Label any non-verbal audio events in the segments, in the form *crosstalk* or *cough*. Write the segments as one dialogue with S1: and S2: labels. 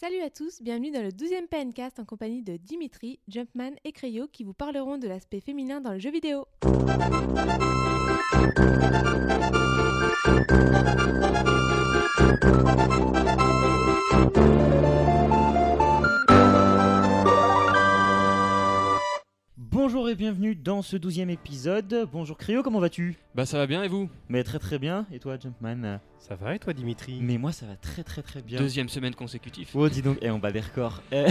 S1: Salut à tous, bienvenue dans le 12e PNcast en compagnie de Dimitri, Jumpman et Crayo qui vous parleront de l'aspect féminin dans le jeu vidéo.
S2: Bonjour et bienvenue dans ce douzième épisode. Bonjour Créo, comment vas-tu
S3: Bah ça va bien et vous
S2: Mais très très bien. Et toi Jumpman
S4: Ça va et toi Dimitri
S2: Mais moi ça va très très très bien.
S3: Deuxième semaine consécutive.
S2: Oh dis donc, et on bat des records.
S4: *laughs*
S2: Eh,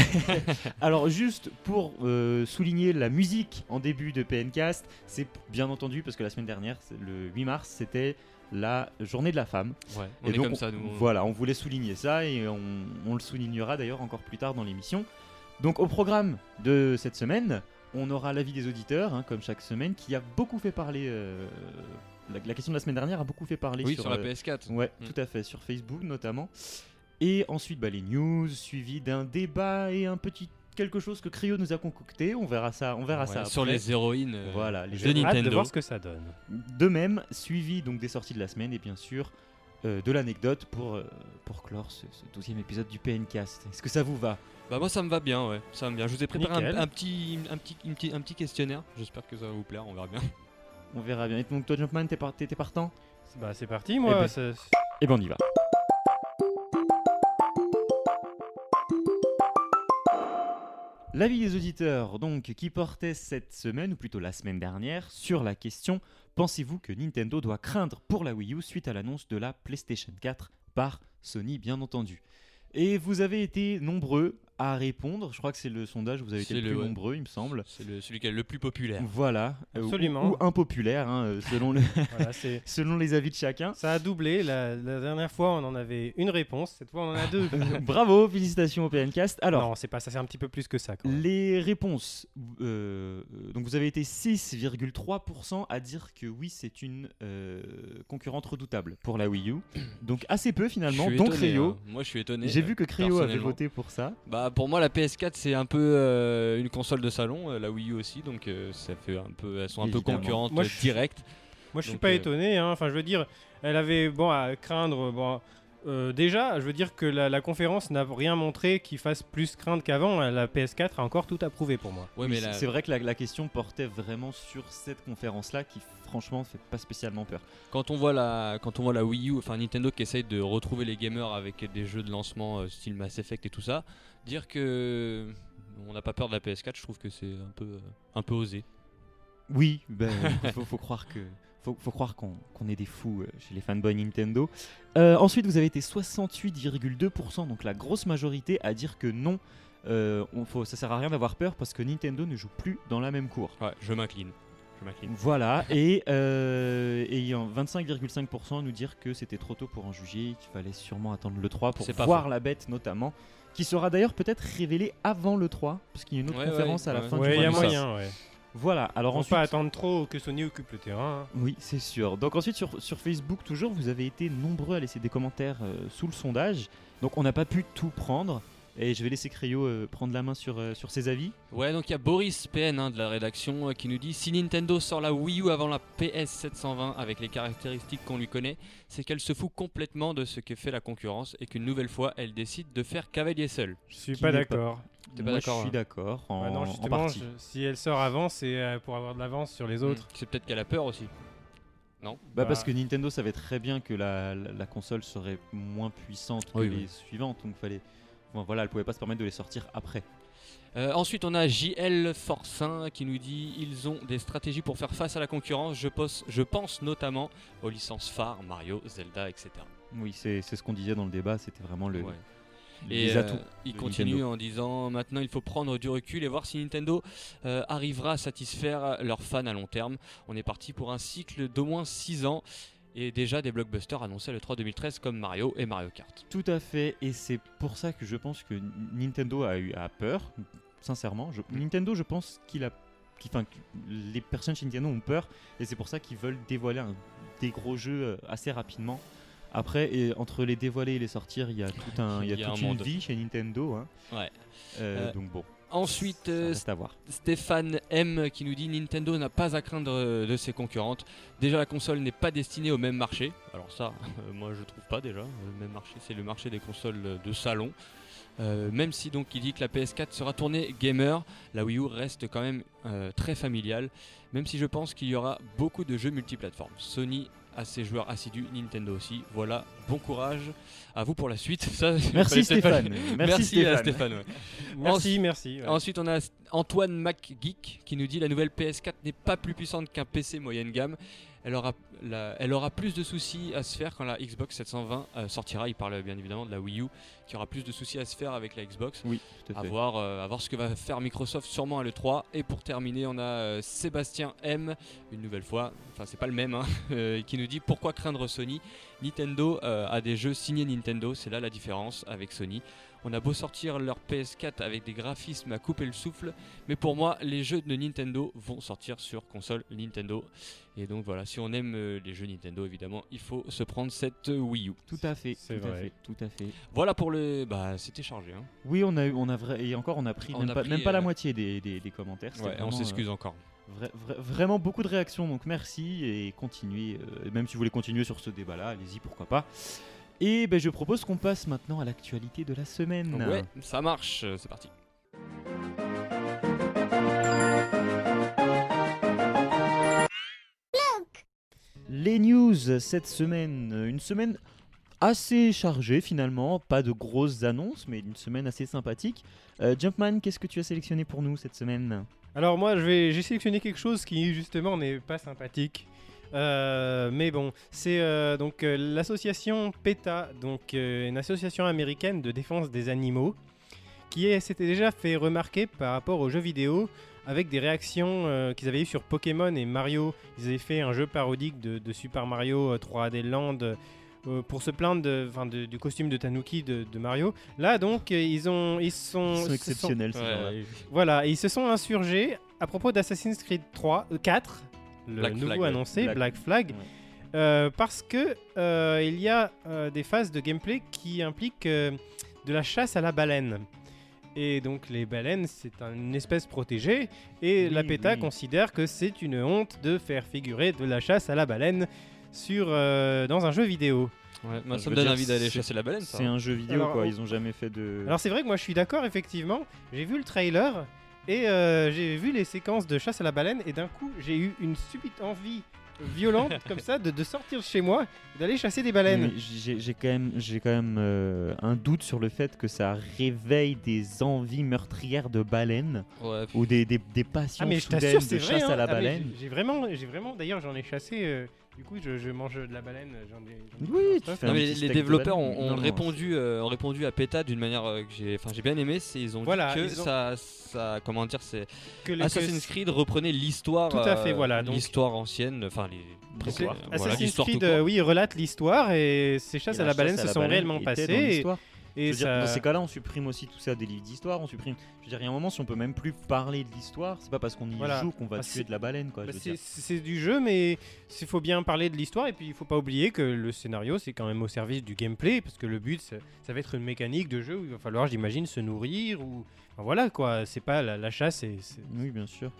S2: Alors juste pour euh, souligner la musique en début de PNcast, c'est p- bien entendu parce que la semaine dernière, c'est le 8 mars, c'était la journée de la femme.
S3: Ouais, on
S2: Et
S3: est
S2: donc,
S3: comme
S2: on-
S3: ça nous. on-
S2: Voilà, on voulait souligner ça et on, on le soulignera d'ailleurs encore plus tard dans l'émission. Donc au programme de cette semaine, on aura l'avis des auditeurs, hein, comme chaque semaine, qui a beaucoup fait parler. euh, la, la question de la semaine dernière a beaucoup fait parler
S3: Oui, sur, la
S2: euh,
S3: PS4.
S2: Ouais,
S3: Mm.
S2: tout à fait, sur Facebook notamment. Et ensuite, bah, les news, suivi d'un débat et un petit quelque chose que Cryo nous a concocté. On verra ça, on verra
S4: Ouais,
S2: ça.
S3: sur
S2: après.
S3: les héroïnes euh,
S2: Voilà, les
S3: de
S2: héroïnes.
S4: Hâte de
S3: Nintendo.
S4: voir ce que ça donne.
S2: De même, suivi donc des sorties de la semaine et bien sûr euh, de l'anecdote pour, euh, pour clore ce, ce 12e épisode du PNcast. Est-ce que ça vous va
S3: Bah moi ça me va bien, ouais. Ça me va bien. Je vous ai préparé un,
S4: Nickel.
S3: un petit, un, petit, une petit- un petit questionnaire. J'espère que ça va vous plaire, on verra bien. *laughs*
S2: On verra bien. Et donc toi Jumpman, t'es par- t'es- t'es partant
S4: Bah c'est parti moi.
S2: ben-
S4: ça-
S2: Eh ben on y va. L'avis des auditeurs, donc, qui portait cette semaine, ou plutôt la semaine dernière, sur la question Pensez-vous que Nintendo doit craindre pour la Wii U suite à l'annonce de la PlayStation 4 par Sony, bien entendu Et vous avez été nombreux à répondre. Je crois que c'est le sondage où vous avez été
S3: C'est
S2: le
S3: le-
S2: plus
S3: ouais.
S2: nombreux, il me semble.
S3: C'est le- celui qui est le plus populaire.
S2: Voilà. Euh, ou-
S4: Absolument.
S2: Ou, impopulaire, hein, euh, selon, le- *laughs*
S4: voilà, c'est-
S2: selon les avis de chacun.
S4: ça a doublé. La, la dernière fois on en avait une réponse, cette fois on en a deux.
S2: Bravo, félicitations au PNcast. *laughs* Alors,
S4: non c'est pas ça, c'est un petit peu plus que ça. Quand même.
S2: Les réponses. euh, donc vous avez été 6,3% à dire que oui, c'est une euh, concurrente redoutable pour la Wii U. Donc assez peu finalement.
S3: Je suis
S2: Donc
S3: étonné,
S2: Cryo.
S3: hein. Moi je suis étonné.
S2: J'ai
S3: euh,
S2: vu que Cryo avait
S3: personnellement.
S2: voté pour ça.
S3: Bah pour moi la PS4 c'est un peu euh, une console de salon, euh, la Wii U aussi, donc euh, ça fait un peu, elles sont un peu
S2: Évidemment.
S3: concurrentes
S4: Moi,
S3: euh,
S4: je-
S3: directes.
S4: Moi je suis
S3: Donc,
S4: pas
S3: euh,
S4: étonné. hein. Enfin je veux dire, elle avait bon à craindre. Bon, euh, déjà je veux dire que la, la conférence n'a rien montré qui fasse plus craindre qu'avant. La PS4 a encore tout approuvé pour moi.
S3: Ouais
S2: Oui,
S3: mais
S2: c'est-
S3: la-
S2: C'est vrai que la, la question portait vraiment sur cette conférence-là qui franchement fait pas spécialement peur.
S3: Quand on voit la, quand on voit la Wii U, enfin Nintendo qui essaye de retrouver les gamers avec des jeux de lancement euh, style Mass Effect et tout ça, dire que on n'a pas peur de la PS4, je trouve que c'est un peu, euh, un peu osé.
S2: Oui, ben, *laughs* faut, faut croire que faut, faut croire qu'on qu'on est des fous euh, chez les fanboys Nintendo. Euh, ensuite, vous avez été 68,2%, donc la grosse majorité, à dire que non, euh, on, faut, ça sert à rien d'avoir peur parce que Nintendo ne joue plus dans la même cour.
S3: Ouais, je m'incline. Je m'incline.
S2: Voilà, et, euh, et il y a 25,5% à nous dire que c'était trop tôt pour en juger, qu'il fallait sûrement attendre le 3 pour
S3: C'est pas
S2: voir
S3: faux.
S2: la bête notamment, qui sera d'ailleurs peut-être révélée avant le 3, parce qu'il y a une autre
S3: Ouais, ouais,
S2: conférence à la
S3: ouais.
S2: fin
S4: ouais
S2: du
S4: il y
S2: mois
S4: a
S2: de mars.
S4: moyen. Ouais.
S2: Voilà, alors
S4: Faut
S2: ensuite...
S4: pas attendre trop que Sony occupe le terrain. hein.
S2: Oui, c'est sûr. Donc ensuite sur, sur Facebook, toujours, vous avez été nombreux à laisser des commentaires euh, sous le sondage. Donc on n'a pas pu tout prendre. Et je vais laisser Cryo euh, prendre la main sur, euh, sur ses avis.
S3: Ouais, donc il y a Boris PN hein, de la rédaction euh, qui nous dit si Nintendo sort la Wii U avant la PS 720 avec les caractéristiques qu'on lui connaît, c'est qu'elle se fout complètement de ce que fait la concurrence et qu'une nouvelle fois elle décide de faire cavalier seul.
S4: Je suis
S2: Qui
S4: pas
S2: n'est pas-
S4: d'accord.
S3: T'es pas
S2: Moi,
S3: d'accord,
S2: Je suis
S3: hein
S2: d'accord en,
S4: Bah non,
S2: en
S4: justement,
S2: partie.
S4: je- si elle sort avant, c'est euh, pour avoir de l'avance sur les autres.
S3: Mm. C'est peut-être qu'elle a peur aussi.
S2: Bah, parce
S4: bah-
S2: que Nintendo savait très bien que la, la- la console serait moins puissante que
S3: Oui,
S2: les
S3: oui.
S2: suivantes, donc fallait. Bon, voilà, elle pouvait pas se permettre de les sortir après.
S3: Euh, ensuite, on a JL Forcin qui nous dit ils ont des stratégies pour faire face à la concurrence. Je, pose- je pense notamment aux licences phares Mario, Zelda, etc.
S2: Oui, c'est c'est ce qu'on disait dans le débat, c'était vraiment le,
S3: Ouais.
S2: les
S3: Et, euh,
S2: atouts.
S3: il
S2: de
S3: continue
S2: Nintendo.
S3: en disant maintenant il faut prendre du recul et voir si Nintendo euh, arrivera à satisfaire leurs fans à long terme. On est parti pour un cycle d'au moins 6 ans et déjà des blockbusters annoncés le 3 2013 comme Mario et Mario Kart.
S2: Tout à fait, et c'est pour ça que je pense que N- Nintendo a eu a peur, sincèrement. Je- Nintendo, je pense qu'il a, qu'il- enfin, que les personnes chez Nintendo ont peur, et c'est pour ça qu'ils veulent dévoiler un- des gros jeux euh, assez rapidement. Après, et entre les dévoiler et les sortir, il y a tout un, il y a
S3: Il y a
S2: toute
S3: un
S2: une
S3: monde.
S2: vie chez Nintendo. hein.
S3: Ouais.
S2: Euh,
S3: Euh,
S2: donc bon,
S3: Ensuite,
S2: Ça
S3: euh,
S2: reste à voir.
S3: Stéphane M qui nous dit Nintendo n'a pas à craindre euh, de ses concurrentes. Déjà la console n'est pas destinée au même marché. Alors ça, *laughs* euh, moi je trouve pas déjà. Le même marché, c'est le marché des consoles euh, de salon. Euh, même si donc il dit que la PS4 sera tournée gamer, la Wii U reste quand même euh, très familiale. Même si je pense qu'il y aura beaucoup de jeux multiplateformes. Sony a ses joueurs assidus, Nintendo aussi. Voilà, bon courage à vous pour la suite. *laughs* Ça, il fallait
S2: Merci
S3: peut-être pas-
S2: Stéphane.
S3: *laughs* Merci, euh,
S2: Merci Stéphane.
S3: à Stéphane. ouais.
S4: Merci, merci. ouais.
S3: Ensuite, on a Antoine MacGeek qui nous dit la nouvelle PS4 n'est pas plus puissante qu'un PC moyenne gamme. Elle aura, la- elle aura plus de soucis à se faire quand la Xbox 720 euh, sortira. Il parle bien évidemment de la Wii U qui aura plus de soucis à se faire avec la Xbox.
S2: Oui, tout à
S3: À
S2: fait.
S3: voir, euh, à voir ce que va faire Microsoft sûrement à l'E3. Et pour terminer, on a euh, Sébastien M, une nouvelle fois, enfin c'est pas le même, hein, *laughs* euh, qui nous dit pourquoi craindre Sony Nintendo euh, a des jeux signés Nintendo, c'est là la différence avec Sony. On a beau sortir leur PS4 avec des graphismes à couper le souffle, mais pour moi, les jeux de Nintendo vont sortir sur console Nintendo. Et donc voilà, si on aime euh, les jeux Nintendo, évidemment, il faut se prendre cette euh, Wii U.
S2: Tout à fait.
S4: C'est
S2: tout à
S4: vrai.
S2: fait, Tout à fait.
S3: Voilà pour le. Bah, c'était chargé. Hein.
S2: Oui, on a eu, on a vrai, et encore on a pris
S3: On
S2: même,
S3: a
S2: pas,
S3: pris,
S2: même pas la
S3: euh,
S2: moitié des, des, des commentaires. C'était
S3: Ouais, on
S2: vraiment,
S3: s'excuse encore.
S2: euh, vra- vra- vraiment beaucoup de réactions, donc merci et continuez. euh, même si vous voulez continuer sur ce débat-là, allez-y, pourquoi pas. Et ben, je propose qu'on passe maintenant à l'actualité de la semaine.
S3: Ouais, ça marche, euh, c'est parti.
S2: Les news cette semaine, euh, une semaine assez chargée finalement, pas de grosses annonces, mais une semaine assez sympathique. Euh, Jumpman, qu'est-ce que tu as sélectionné pour nous cette semaine
S4: Alors moi, je vais- j'ai sélectionné quelque chose qui justement n'est pas sympathique. Euh, mais bon, c'est euh, donc euh, l'association PETA, donc euh, une association américaine de défense des animaux, qui est- s'était déjà fait remarquer par rapport aux jeux vidéo avec des réactions euh, qu'ils avaient eues sur Pokémon et Mario. Ils avaient fait un jeu parodique de, de Super Mario euh, 3D Land euh, pour se plaindre de- 'fin, de- du costume de Tanuki de, de Mario. Là donc, euh, ils ont, ils sont,
S2: Ils sont
S4: se sont-
S2: exceptionnels ces
S3: Euh, Ouais,
S2: gens-là.
S3: ouais.
S4: voilà, et ils se sont insurgés à propos d'Assassin's Creed 3, euh, 4, le
S3: Black
S4: nouveau
S3: Flag, ouais.
S4: annoncé,
S2: Black-
S4: Black, Flag,
S2: Ouais.
S4: euh, parce que euh, il y a euh, des phases de gameplay qui impliquent euh, de la chasse à la baleine. Et donc les baleines, c'est un- une espèce protégée, et
S2: Oui,
S4: la PETA
S2: oui.
S4: considère que c'est une honte de faire figurer de la chasse à la baleine sur, euh, dans un jeu vidéo.
S3: Ouais,
S2: Enfin,
S3: moi,
S2: je
S3: ça
S2: veux
S3: me donne
S2: dire,
S3: envie d'aller
S2: c'est-
S3: chasser la baleine, ça.
S2: C'est un jeu vidéo
S4: Alors,
S2: quoi,
S4: on-
S2: ils ont jamais fait de.
S4: Alors c'est vrai que moi je suis d'accord effectivement, j'ai vu le trailer et euh, j'ai vu les séquences de chasse à la baleine et d'un coup j'ai eu une subite envie
S2: *laughs*
S4: violente comme ça de, de sortir de chez moi et d'aller chasser des baleines.
S2: Mais J'ai j'ai quand même, j'ai quand même euh, un doute sur le fait que ça réveille des envies meurtrières de baleines
S3: Ouais,
S2: ou des, des, des passions
S4: Ah mais je
S2: soudaines
S4: t'assure c'est
S2: de
S4: vrai.
S2: chasse
S4: hein.
S2: à la
S4: Ah, mais
S2: baleine.
S4: j'ai- J'ai vraiment, j'ai vraiment d'ailleurs j'en ai chassé. euh, du coup je, je mange de la baleine. j'en ai- j'en ai
S2: Oui,
S4: plein en
S2: tu
S4: stock.
S2: fais
S3: Non,
S2: un
S3: mais
S2: petit
S3: les
S2: steak de
S3: développeurs
S2: baleine.
S3: ont, ont
S2: Non, non,
S3: répondu, euh, ont répondu à PETA d'une manière euh, que j'ai, enfin, j'ai bien aimé. C'est ils ont
S4: Voilà,
S3: dit que
S4: ils ont-
S3: ça, ça, comment dire, c'est
S4: Que les- que-
S3: Assassin's Creed reprenait l'histoire, euh,
S4: Tout à fait, voilà, donc-
S3: l'histoire ancienne, enfin les
S4: Donc,
S2: euh,
S3: préhistoire,
S4: les-
S3: voilà,
S4: Assassin's
S3: l'histoire tout
S4: Creed,
S3: court.
S4: euh, oui, relate l'histoire et ces
S2: Et
S4: chasses à la baleine
S2: chasse
S4: se
S2: à
S4: sont
S2: baleine
S4: réellement
S2: était
S4: passées.
S2: dans
S4: et-
S2: l'histoire. Je
S4: Et,
S2: veux dire,
S4: ça-
S2: Dans ces cas-là, on supprime aussi tout ça des livres d'histoire, on supprime. Je veux dire, il y a un moment, si on peut même plus parler de l'histoire, c'est pas parce qu'on y
S4: Voilà.
S2: joue qu'on va
S4: Ah,
S2: tuer
S4: c'est-
S2: de la baleine, quoi.
S4: Bah,
S2: je veux
S4: c'est-
S2: dire.
S4: c'est du jeu, mais il faut bien parler de l'histoire. Et puis, il faut pas oublier que le scénario, c'est quand même au service du gameplay, parce que le but, ça, ça va être une mécanique de jeu où il va falloir, j'imagine, se nourrir ou. enfin, voilà quoi, c'est pas la, la chasse, c'est- c'est
S2: Oui, bien sûr.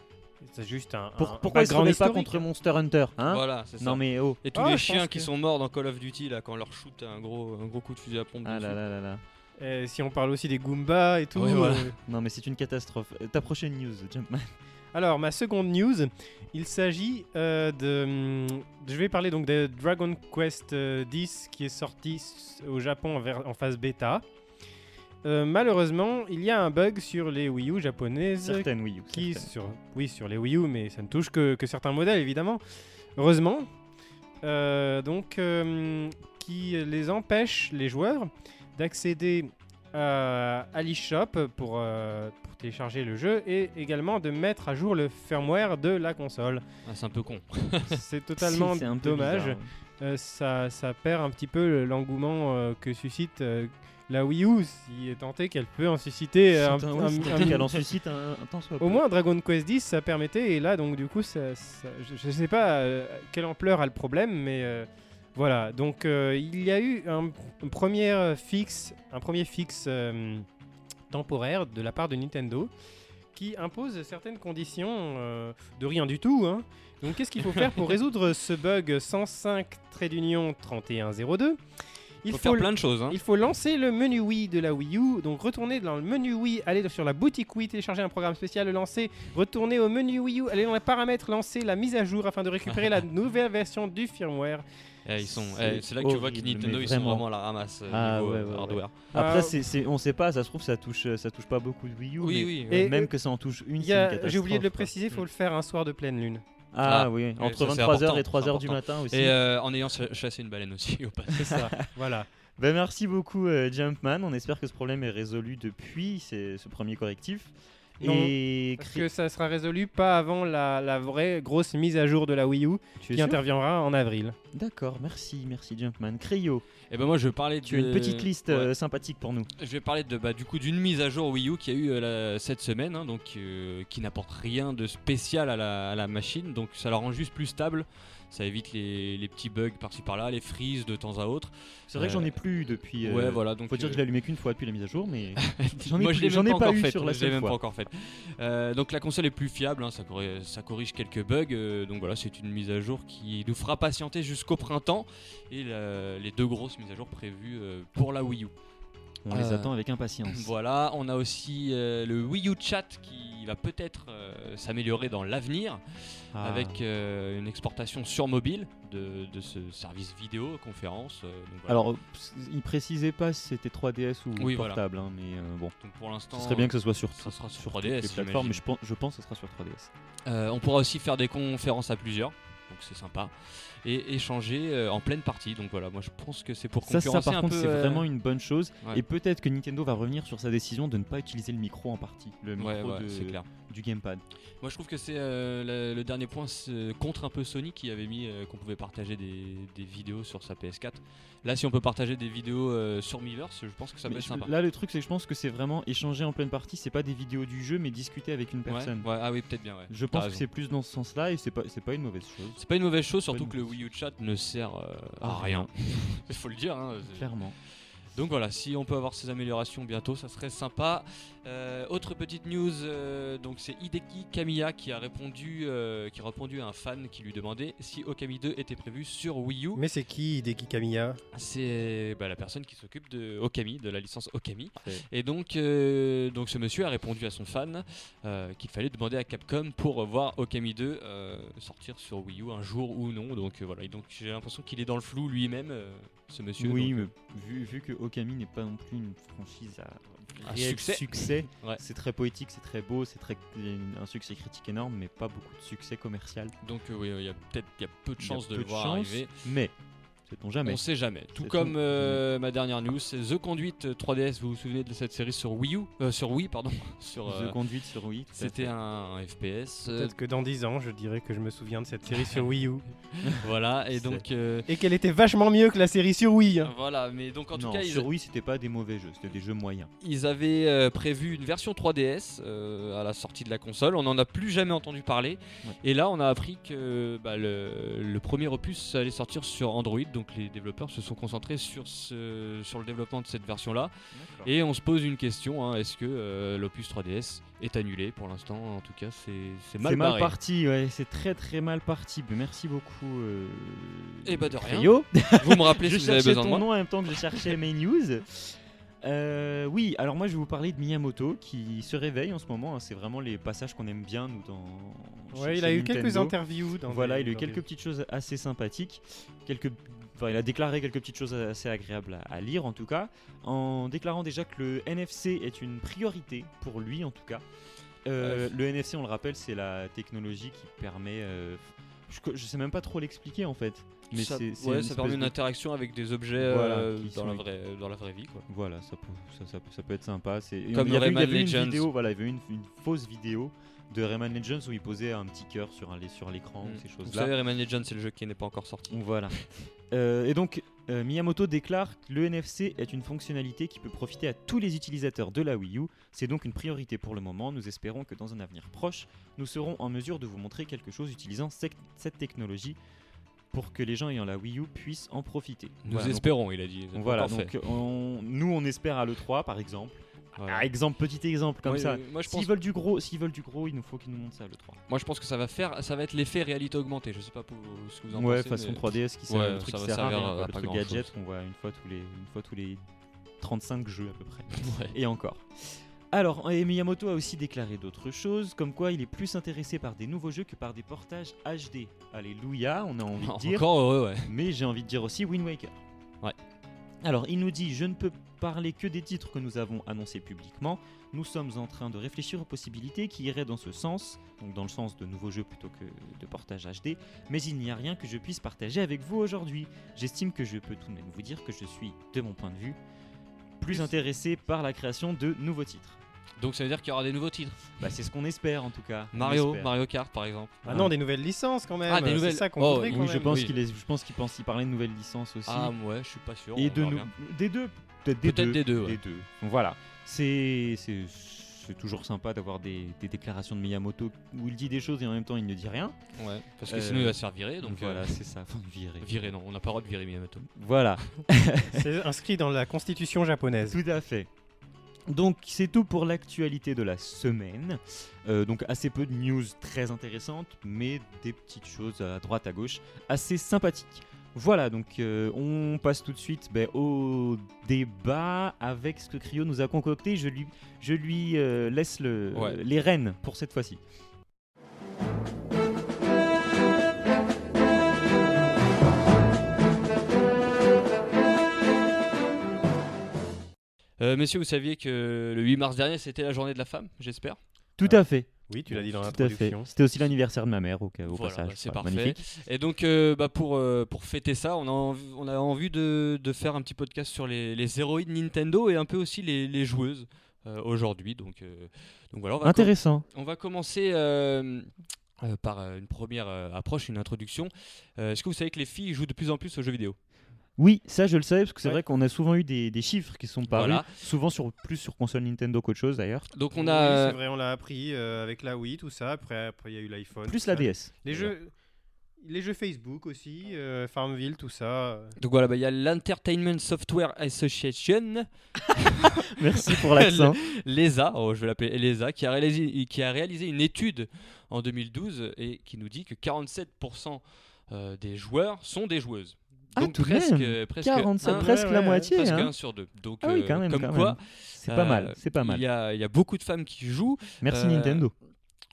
S4: c'est juste un.
S2: Pour-
S4: un- un
S2: pourquoi ils se
S4: background
S2: remettent pas
S4: historique.
S2: contre Monster Hunter, hein
S3: voilà, c'est ça.
S2: Non mais oh.
S3: Et tous les
S4: Ah, je
S3: chiens
S4: pense
S3: qui
S4: que-
S3: sont morts dans Call of Duty là quand on leur shoot un gros, un gros coup de fusil à pompe.
S2: Ah
S3: dessus.
S2: là là là là.
S4: Euh, si on parle aussi des Goombas et tout.
S3: Oui, voilà.
S4: euh,
S2: Non mais c'est une catastrophe. Euh, Ta prochaine news, Jumpman.
S4: Alors, ma seconde news, il s'agit euh, de, hum, Je vais parler donc de Dragon Quest euh, X qui est sorti s- au Japon en, ver- en phase bêta. Euh, malheureusement, il y a un bug sur les Wii U japonaises
S2: Certaines Wii U.
S4: qui
S2: certaines.
S4: sur, oui, sur les Wii U, mais ça ne touche que, que certains modèles, évidemment. Heureusement. Euh, donc, euh, qui les empêche, les joueurs, d'accéder à, à l'eShop pour, euh, pour télécharger le jeu et également de mettre à jour le firmware de
S2: *laughs*
S4: la console.
S3: Ah, c'est un peu con.
S4: C'est totalement
S2: Si, c'est un peu
S4: dommage.
S2: bizarre.
S4: Euh, ça, ça perd un petit peu l'engouement euh, que suscite euh, la Wii U, si est tenté qu'elle peut en susciter euh,
S2: C'est un-
S4: un, un-
S2: oui, c'est
S4: un-
S2: un qu'elle en suscite un, un temps soit peu.
S4: au moins, Dragon Quest X, ça permettait, et là, donc, du coup, ça- ça- je- je sais pas euh, quelle ampleur a le problème, mais euh, voilà. Donc, euh, il y a eu un, un premier euh, fixe, un premier fixe euh, temporaire de la part de Nintendo, qui impose certaines conditions euh, de rien du tout. hein. Donc qu'est-ce qu'il faut
S3: *laughs*
S4: faire pour résoudre ce bug 105 trait d'union
S3: Il
S4: 3102 Il
S3: faut, faire
S4: le-
S3: plein de choses. hein.
S4: il faut lancer le menu Wii de la Wii U, donc retourner dans le menu Wii, aller sur la boutique Wii, télécharger un programme spécial, le lancer, retourner au menu Wii U, aller dans les paramètres, lancer la mise à jour afin de récupérer la nouvelle version du firmware.
S3: Eh, ils sont.
S2: C'est
S3: eh, C'est là que tu vois que
S2: horrible,
S3: Nintendo
S2: mais
S3: ils sont
S2: vraiment.
S3: vraiment à la ramasse euh,
S2: Ah,
S3: niveau
S2: ouais,
S3: euh,
S2: ouais, ouais.
S3: hardware.
S2: Après,
S4: Euh,
S2: c'est- c'est- on sait pas, ça se trouve, ça touche, euh, ça touche pas beaucoup de Wii U. mais
S3: Oui, oui.
S4: Et- euh,
S3: oui.
S2: Même que ça en touche une,
S4: Il
S2: c'est
S4: y
S2: une
S4: a-
S2: catastrophe.
S4: J'ai oublié de le
S2: quoi.
S4: préciser, il faut
S3: Mm.
S4: le faire un soir de pleine lune.
S2: Ah,
S3: Ah,
S2: oui, entre
S3: ça, c'est
S2: 23h et
S3: important,
S2: 3h du
S3: c'est
S2: matin aussi.
S3: Et euh, en ayant ch- chassé une baleine aussi au passage.
S4: C'est *laughs* ça, voilà.
S2: Ben, merci beaucoup, euh, Jumpman. On espère que ce problème est résolu depuis c'est- ce premier correctif.
S4: Non,
S2: et
S4: Parce
S2: Cri-
S4: que ça sera résolu pas avant la, la vraie grosse mise à jour de la Wii U
S2: tu es
S4: qui
S2: sûr
S4: interviendra en avril.
S2: D'accord, merci, merci, Jumpman. Cryo,
S3: Et ben moi je parlais de.
S2: tu as une petite liste
S3: Ouais.
S2: euh, sympathique pour nous.
S3: Je vais parler de, bah, du coup d'une mise à jour Wii U qui a eu euh, la- cette semaine, hein, donc euh, qui n'apporte rien de spécial à la, à la machine, donc ça la rend juste plus stable. Ça évite les, les petits bugs par-ci par-là, les freezes de temps à autre.
S2: C'est vrai que
S3: Euh,
S2: j'en ai plus eu depuis.
S3: ouais,
S2: euh,
S3: voilà. Donc
S2: Faut dire que je l'ai allumé qu'une fois depuis la mise à jour, mais j'en ai
S3: Moi,
S2: plus-
S3: je
S2: j'en
S3: l'ai
S2: ai
S3: même
S2: pas
S3: encore
S2: eu
S3: faite,
S2: sur la
S3: je l'ai
S2: seule
S3: même
S2: fois.
S3: pas encore faite. Euh, donc la console est plus fiable, hein, ça, corri- ça corrige quelques bugs. euh, donc voilà, c'est une mise à jour qui nous fera patienter jusqu'au printemps et la- les deux grosses mises à jour prévues euh, pour
S2: *coughs*
S3: la Wii U.
S2: on les
S3: Euh,
S2: attend avec impatience.
S3: *clears throat* Voilà, on a aussi euh, le Wii U Chat qui va peut-être euh, s'améliorer dans l'avenir
S2: Ah.
S3: avec euh, une exportation sur mobile de, de ce service vidéo conférence. euh, donc voilà.
S2: Alors, p- il précisait pas si c'était 3DS ou
S3: Oui, voilà.
S2: portable, hein, mais euh, bon,
S3: Donc, pour l'instant,
S2: ce serait bien que ce soit sur,
S3: ça sera sur
S2: sur toutes
S3: 3DS,
S2: les plateformes, mais je
S3: j'imagine.
S2: pense, je pense que ce sera sur 3DS.
S3: euh, on pourra aussi faire des conférences à plusieurs. Donc c'est sympa et échanger euh, en pleine partie. Donc voilà, moi je pense que c'est pour
S2: Ça,
S3: concurrencer
S2: ça par
S3: un
S2: contre,
S3: peu,
S2: c'est
S3: euh,
S2: vraiment une bonne chose.
S3: ouais.
S2: Et peut-être que Nintendo va revenir sur sa décision de ne pas utiliser le micro en partie, le micro
S3: Ouais, ouais,
S2: de-
S3: c'est clair.
S2: du gamepad.
S3: Moi je trouve que c'est euh, le, le dernier point c'est contre un peu Sony qui avait mis euh, qu'on pouvait partager des, des vidéos sur sa PS4. Là si on peut partager des vidéos euh, sur Miiverse, je pense que ça peut
S2: Mais
S3: être
S2: je-
S3: sympa.
S2: là, le truc, c'est que je pense que c'est vraiment échanger en pleine partie. C'est pas des vidéos du jeu, mais discuter avec une
S3: Ouais,
S2: personne.
S3: ouais, ah oui peut-être bien. ouais.
S2: Je
S3: T'as
S2: pense que
S3: raison.
S2: c'est plus dans ce sens-là et c'est pas, c'est pas une mauvaise chose.
S3: c'est pas une mauvaise chose,
S2: pas une
S3: surtout que le
S2: mauvaise
S3: Wii U Chat ne sert euh,
S2: Ah,
S3: à rien. *laughs* Il faut le dire. hein, c'est-
S2: Clairement.
S3: Donc voilà, si on peut avoir ces améliorations bientôt, ça serait sympa. Euh, autre petite news, euh, donc c'est Hideki Kamiya qui a répondu, euh, qui a répondu à un fan qui lui demandait si Okami 2 était prévu sur Wii U.
S4: Mais c'est qui Deki Kamiya
S3: C'est bah, la personne qui s'occupe de Okami, de la licence Okami.
S2: C'est-
S3: Et donc, euh, donc ce monsieur a répondu à son fan euh, qu'il fallait demander à Capcom pour voir Okami 2 euh, sortir sur Wii U un jour ou non. Donc euh, voilà, Et donc j'ai l'impression qu'il est dans le flou lui-même, euh, ce monsieur.
S2: Oui,
S3: Donc, euh,
S2: mais vu, vu que Okami n'est pas non plus une franchise à,
S3: À
S2: réel
S3: succès. *laughs* Ouais.
S2: c'est très poétique, c'est très beau, c'est très il y a une- un succès critique énorme, mais pas beaucoup de succès commercial.
S3: Donc euh, oui, il y a peut-être il y a peu de
S2: Il y a
S3: chances de
S2: peu
S3: le voir
S2: chances,
S3: arriver.
S2: Mais, sait-on jamais.
S3: On sait jamais. Tout
S2: C'est
S3: comme
S2: tout.
S3: euh, ma dernière news, c'est The Conduit euh, 3DS. Vous vous souvenez de cette série sur Wii U, euh, sur Wii, pardon, *laughs* sur. euh,
S2: The Conduit sur Wii. tout à
S3: c'était
S2: fait.
S3: un, un FPS, euh,
S4: Peut-être que dans 10 ans, je dirais que je me souviens de cette série sur Wii U.
S3: *laughs* voilà, et
S2: C'est-
S3: donc euh,
S4: Et qu'elle était vachement mieux que la série sur Wii. hein.
S3: voilà, mais donc en tout
S2: non,
S3: cas ils,
S2: sur Wii, c'était pas des mauvais jeux, c'était des jeux moyens.
S3: ils avaient euh, prévu une version 3DS euh, à la sortie de la console. On n'en a plus jamais entendu parler.
S2: Ouais.
S3: Et là, on a appris que bah, le, le premier opus allait sortir sur Android. Donc les développeurs se sont concentrés sur, ce- sur le développement de cette version-là. Et on se pose une question hein, est-ce que euh, l'opus 3DS est annulé Pour l'instant, en tout cas, c'est c'est mal
S2: C'est mal
S3: barré.
S2: parti, ouais, c'est très très mal parti. Mais merci beaucoup. Euh...
S3: Eh bah, de rien.
S2: Cryo.
S3: Vous me *laughs* rappelez
S2: je
S3: si vous avez
S2: cherchais
S3: besoin de
S2: ton
S3: moi.
S2: nom en même temps que je cherchais mes news. Euh, oui, alors moi je vais vous parler de Miyamoto qui se réveille en ce moment. hein. C'est vraiment les passages qu'on aime bien nous dans.
S4: Ouais,
S2: chez-
S4: il a
S2: chez
S4: eu quelques
S2: Nintendo.
S4: interviews. Dans
S2: Voilà,
S4: des-
S2: il a eu
S4: dans
S2: quelques
S4: des-
S2: petites choses assez sympathiques. Quelques... Enfin, il a déclaré quelques petites choses assez agréables à, à lire en tout cas, en déclarant déjà que le NFC est une priorité pour lui en tout cas. Euh,
S3: Euh,
S2: Le NFC, on le rappelle, c'est la technologie qui permet. euh, Je, co- je sais même pas trop l'expliquer en fait. Mais
S3: ça,
S2: c'est c'est
S3: ouais,
S2: une
S3: ça permet
S2: espèce
S3: une
S2: de-
S3: interaction avec des objets
S2: Voilà,
S3: euh,
S2: qui
S3: dans,
S2: sont-
S3: la vraie, dans la vraie vie. Quoi.
S2: Voilà, ça peut, ça, ça peut- ça peut être sympa. C'est
S3: Comme
S2: il y avait, il y
S3: Rayman
S2: avait une
S3: Legends.
S2: vidéo, voilà, il y avait une, une fausse vidéo de Rayman Legends où il posait un petit cœur sur un sur l'écran ou
S3: Mm.
S2: ces
S3: Vous
S2: choses-là.
S3: savez, Rayman Legends, c'est le jeu qui n'est pas encore sorti.
S2: Voilà. Euh, et donc, euh, Miyamoto déclare que le NFC est une fonctionnalité qui peut profiter à tous les utilisateurs de la Wii U. C'est donc une priorité pour le moment. Nous espérons que dans un avenir proche, nous serons en mesure de vous montrer quelque chose utilisant sec- cette technologie pour que les gens ayant la Wii U puissent en profiter.
S3: Nous
S2: Voilà, donc-
S3: espérons, il a dit.
S2: voilà,
S3: Encore fait.
S2: donc on- nous on espère à l'E3 par exemple.
S3: Voilà.
S2: Ah, exemple, petit exemple comme
S3: Moi,
S2: ça.
S3: euh, Moi je,
S2: S'ils
S3: pense,
S2: veulent du gros, s'ils veulent du gros, il nous faut qu'ils nous montrent ça le 3.
S3: moi, je pense que ça va faire, ça va être l'effet réalité augmentée. Je sais pas pour- ce que vous en
S2: ouais,
S3: pensez.
S2: façon
S3: mais-
S2: 3DS qui sert,
S3: Ouais,
S2: le truc
S3: ça
S2: qui
S3: va
S2: sert à
S3: servir
S2: rien,
S3: à
S2: quoi,
S3: pas
S2: le truc
S3: grand-chose.
S2: gadget qu'on voit une fois tous les, une fois tous les 35 jeux à peu
S3: *laughs*
S2: près.
S3: Ouais.
S2: Et encore. Alors, et Miyamoto a aussi déclaré d'autres choses, comme quoi il est plus intéressé par des nouveaux jeux que par des portages HD. Alléluia, on a envie de dire.
S3: Encore heureux, ouais.
S2: Mais j'ai envie de dire aussi Wind Waker.
S3: Ouais.
S2: Alors, il nous dit Je ne peux parler que des titres que nous avons annoncés publiquement. Nous sommes en train de réfléchir aux possibilités qui iraient dans ce sens, donc dans le sens de nouveaux jeux plutôt que de portage HD, mais il n'y a rien que je puisse partager avec vous aujourd'hui. J'estime que je peux tout de même vous dire que je suis, de mon point de vue, plus intéressé par la création de nouveaux titres.
S3: Donc ça veut dire qu'il y aura des nouveaux titres.
S2: Bah, c'est ce qu'on espère en tout cas. On
S3: Mario,
S2: espère.
S3: Mario Kart par exemple.
S4: Ah non, des nouvelles licences quand même.
S3: Ah, des
S4: c'est
S3: nouvelles-
S4: ça qu'on
S3: Oh,
S4: voudrait
S3: oui,
S4: quand
S2: Oui, je
S4: même.
S2: pense
S3: Oui.
S2: qu'il est- je pense qu'il pense qu'il parlait de nouvelles licences aussi.
S3: Ah ouais, je suis pas sûr.
S2: et
S3: on
S2: de
S3: verra
S2: nous,
S3: bien.
S2: des deux, peut-être des
S3: Peut-être
S2: deux.
S3: des deux, ouais.
S2: deux. Donc voilà, c'est c'est- c'est toujours sympa d'avoir des, des déclarations de Miyamoto où il dit des choses et en même temps il ne dit rien.
S3: Ouais, parce que
S2: Euh,
S3: sinon il va se faire virer.
S2: Donc
S3: Donc
S2: voilà,
S3: euh,
S2: c'est
S3: *laughs*
S2: ça, faut le virer.
S3: virer, non, on n'a pas le droit de virer Miyamoto.
S2: Voilà,
S4: C'est inscrit dans la constitution japonaise.
S2: tout à fait. Donc c'est tout pour l'actualité de la semaine. Euh, donc assez peu de news très intéressantes, mais des petites choses à droite à gauche assez sympathiques. Voilà, donc euh, on passe tout de suite ben, au débat avec ce que Cryo nous a concocté. Je lui, je lui euh, laisse le,
S3: Ouais.
S2: les rênes pour cette fois-ci.
S3: Euh, messieurs, vous saviez que le 8 mars dernier c'était la journée de la femme, j'espère.
S2: Tout
S4: Ah,
S2: à fait.
S4: Oui, tu l'as dit dans
S2: Tout à fait.
S4: l'introduction.
S2: C'était aussi l'anniversaire de ma mère au, cas- au
S3: Voilà,
S2: passage.
S3: bah, c'est
S2: Voilà,
S3: parfait.
S2: Magnifique.
S3: Et donc, euh, bah, pour, euh, pour fêter ça, on a envie, on a envie de, de faire un petit podcast sur les, les héroïnes Nintendo et un peu aussi les, les joueuses euh, aujourd'hui. Donc, euh, donc voilà, on va, com-
S2: Intéressant.
S3: on va commencer euh, euh, par euh, une première euh, approche, une introduction. Euh, Est-ce que vous savez que les filles jouent de plus en plus aux jeux vidéo
S2: Oui, ça je le savais parce que c'est
S4: Ouais.
S2: vrai qu'on a souvent eu des, des chiffres qui sont parus,
S3: Voilà.
S2: souvent sur plus sur console Nintendo qu'autre chose d'ailleurs.
S3: Donc on
S4: Oui,
S3: a...
S4: c'est vrai, on l'a appris euh, avec la Wii, tout ça. Après, après, il y a eu l'iPhone.
S2: Plus
S4: tout
S2: la
S4: ça.
S2: DS.
S4: Les jeux, les jeux Facebook aussi, euh, Farmville, tout ça.
S3: donc voilà, bah, il y a l'Entertainment Software Association,
S2: *laughs* Merci pour
S3: *laughs*
S2: l'accent.
S3: l'ESA, oh, je vais l'appeler l'ESA, qui a, réalisé, qui a réalisé une étude en 2012 et qui nous dit que 47% euh, des joueurs sont des joueuses.
S2: Ah,
S3: Donc
S2: tout de
S3: presque, euh,
S2: même.
S3: presque
S2: 47,
S3: un-
S2: presque
S4: ouais,
S2: la
S4: ouais,
S2: moitié.
S3: presque
S2: hein.
S3: un sur deux. Donc
S2: Ah oui,
S3: euh,
S2: quand même.
S3: comme
S2: quand
S3: quoi,
S2: même. C'est pas
S3: euh,
S2: mal, c'est pas
S3: Il,
S2: mal.
S3: y a, il y a beaucoup de femmes qui jouent.
S2: Merci
S3: euh,
S2: Nintendo.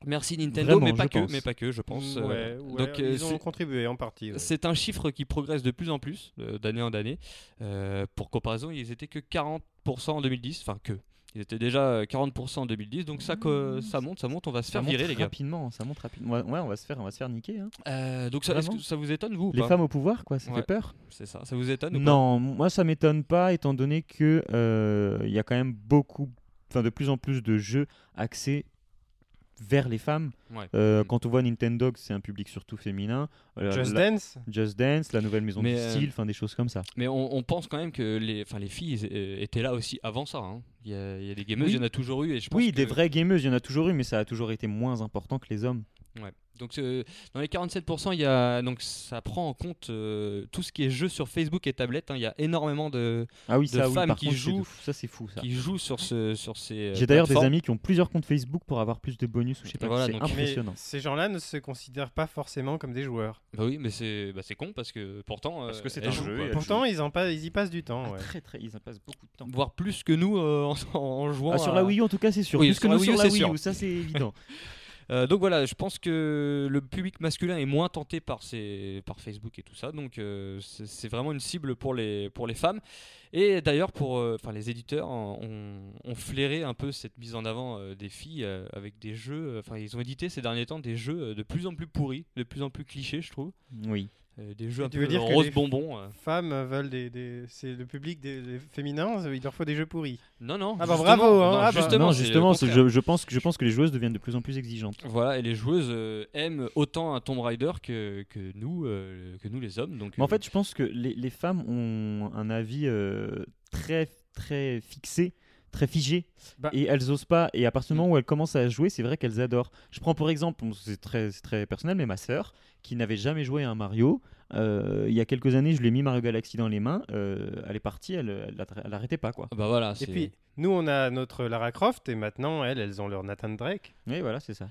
S3: Merci Nintendo,
S2: Vraiment,
S3: mais pas
S2: je
S3: que,
S2: pense.
S3: mais pas que, je pense.
S4: Ouais,
S3: euh,
S4: Mm, ouais,
S3: Donc euh,
S4: ils ont
S3: c'est-
S4: contribué en partie. ouais.
S3: c'est un chiffre qui progresse de plus en plus euh, d'année en année. Euh, pour comparaison, ils étaient que 40% en 2010, enfin que. Ils étaient déjà euh, 40% en 2010, donc ça, co- ça monte, ça monte, on va
S2: Mmh.
S3: se
S2: Ça
S3: faire
S2: monte
S3: virer les gars.
S2: rapidement, ça monte rapidement. Ouais, ouais, on va se faire, on va se faire niquer. hein.
S3: Euh, donc ça, est-ce que
S2: Vraiment
S3: ça vous étonne vous ou
S2: Les
S3: pas
S2: femmes au pouvoir, quoi, ça
S3: Ouais.
S2: fait peur.
S3: C'est ça, ça vous étonne ou pas
S2: Non, moi ça m'étonne pas, étant donné que euh, il y a quand même beaucoup, enfin de plus en plus de jeux axés vers les femmes.
S3: Ouais.
S2: Euh,
S3: Mm.
S2: Quand on voit Nintendo, que c'est un public surtout féminin. euh,
S4: Just
S2: la-
S4: Dance
S2: Just Dance, la nouvelle maison
S3: Mais,
S2: du
S3: euh,
S2: style, enfin des choses comme ça.
S3: Mais on, on pense quand même que les, enfin, les filles euh, étaient là aussi avant ça. hein. Il, y a, il y a des gameuses,
S2: Oui.
S3: il y en a toujours eu. Et je pense
S2: Oui,
S3: que-
S2: des vrais gameuses, il y en a toujours eu, mais ça a toujours été moins important que les hommes.
S3: Ouais. Donc euh, dans les 47%, il y a, donc, ça prend en compte euh, tout ce qui est jeux sur Facebook et tablette. hein. Il y a énormément de,
S2: Ah oui,
S3: De
S2: ça, oui,
S3: femmes
S2: par
S3: qui
S2: contre, c'est de
S3: jouent-
S2: fou. ça c'est fou ça.
S3: qui jouent sur, ce, sur ces. euh,
S2: J'ai d'ailleurs des
S3: plateformes.
S2: amis qui ont plusieurs comptes Facebook pour avoir plus de bonus ou je sais pas,
S3: Voilà,
S2: c'est
S3: donc-
S4: Mais
S2: impressionnant.
S4: ces gens-là ne se considèrent pas forcément comme des joueurs.
S3: Bah oui, mais c'est bah, c'est con parce que pourtant.
S2: Parce
S3: euh,
S2: que c'est
S3: elles
S2: un
S3: jouent,
S2: jeu
S3: quoi.
S2: et elles
S4: Pourtant, ils, en pa- ils y passent du temps.
S2: Ah,
S4: ouais.
S2: très très, ils en passent beaucoup de temps.
S3: Voire plus que nous euh, *laughs* en, en jouant.
S2: Ah, sur la
S3: à-
S2: Wii U en tout cas c'est sûr.
S3: euh, Oui,
S2: Plus
S3: sur
S2: que
S3: la
S2: nous
S3: Wii U,
S2: sur la
S3: c'est
S2: Wii
S3: sûr.
S2: U, ça c'est évident.
S3: Euh, donc voilà, je pense que le public masculin est moins tenté par, ces, par Facebook et tout ça. Donc euh, c'est c'est vraiment une cible pour les, pour les femmes. Et d'ailleurs, pour, euh, enfin, les éditeurs en- ont, ont flairé un peu cette mise en avant euh, des filles euh, avec des jeux. euh, Enfin, ils ont édité ces derniers temps des jeux euh, de plus en plus pourris, de plus en plus clichés, je trouve.
S2: Oui.
S3: Euh, des jeux
S4: Et
S3: un
S4: tu
S3: peu
S4: veux dire que
S3: rose
S4: les-
S3: bonbon. euh.
S4: Femmes veulent des, des- c'est le public des, des féminins, euh, il leur faut des jeux pourris.
S3: Non, non.
S4: Ah bah
S3: justement,
S4: bravo, hein,
S3: non,
S4: ah bah.
S3: justement,
S2: non,
S3: c'est le
S2: justement, c'est-
S3: contraire.
S2: je, je pense que, je pense que les joueuses deviennent de plus en plus exigeantes.
S3: Voilà, et les joueuses euh, aiment autant un Tomb Raider que, que, nous, euh, que nous les hommes. Donc,
S2: Mais en
S3: euh,
S2: fait, je pense que les, les femmes ont un avis euh, très, très fixé, très figé,
S4: Bah.
S2: et elles osent pas. Et à partir
S3: Mm.
S2: du moment où elles commencent à jouer, c'est vrai qu'elles adorent. Je prends pour exemple, bon, c'est très, c'est très personnel, mais ma sœur, qui n'avait jamais joué à un Mario, euh, il y a quelques années, je lui ai mis Mario Galaxy dans les mains, euh, elle est partie, elle, elle, attra- elle arrêtait pas quoi.
S3: bah voilà,
S4: Et
S3: c'est-
S4: puis, Nous, on a notre Lara Croft et maintenant, elles, elles ont leur Nathan Drake.
S2: Oui, voilà, c'est ça.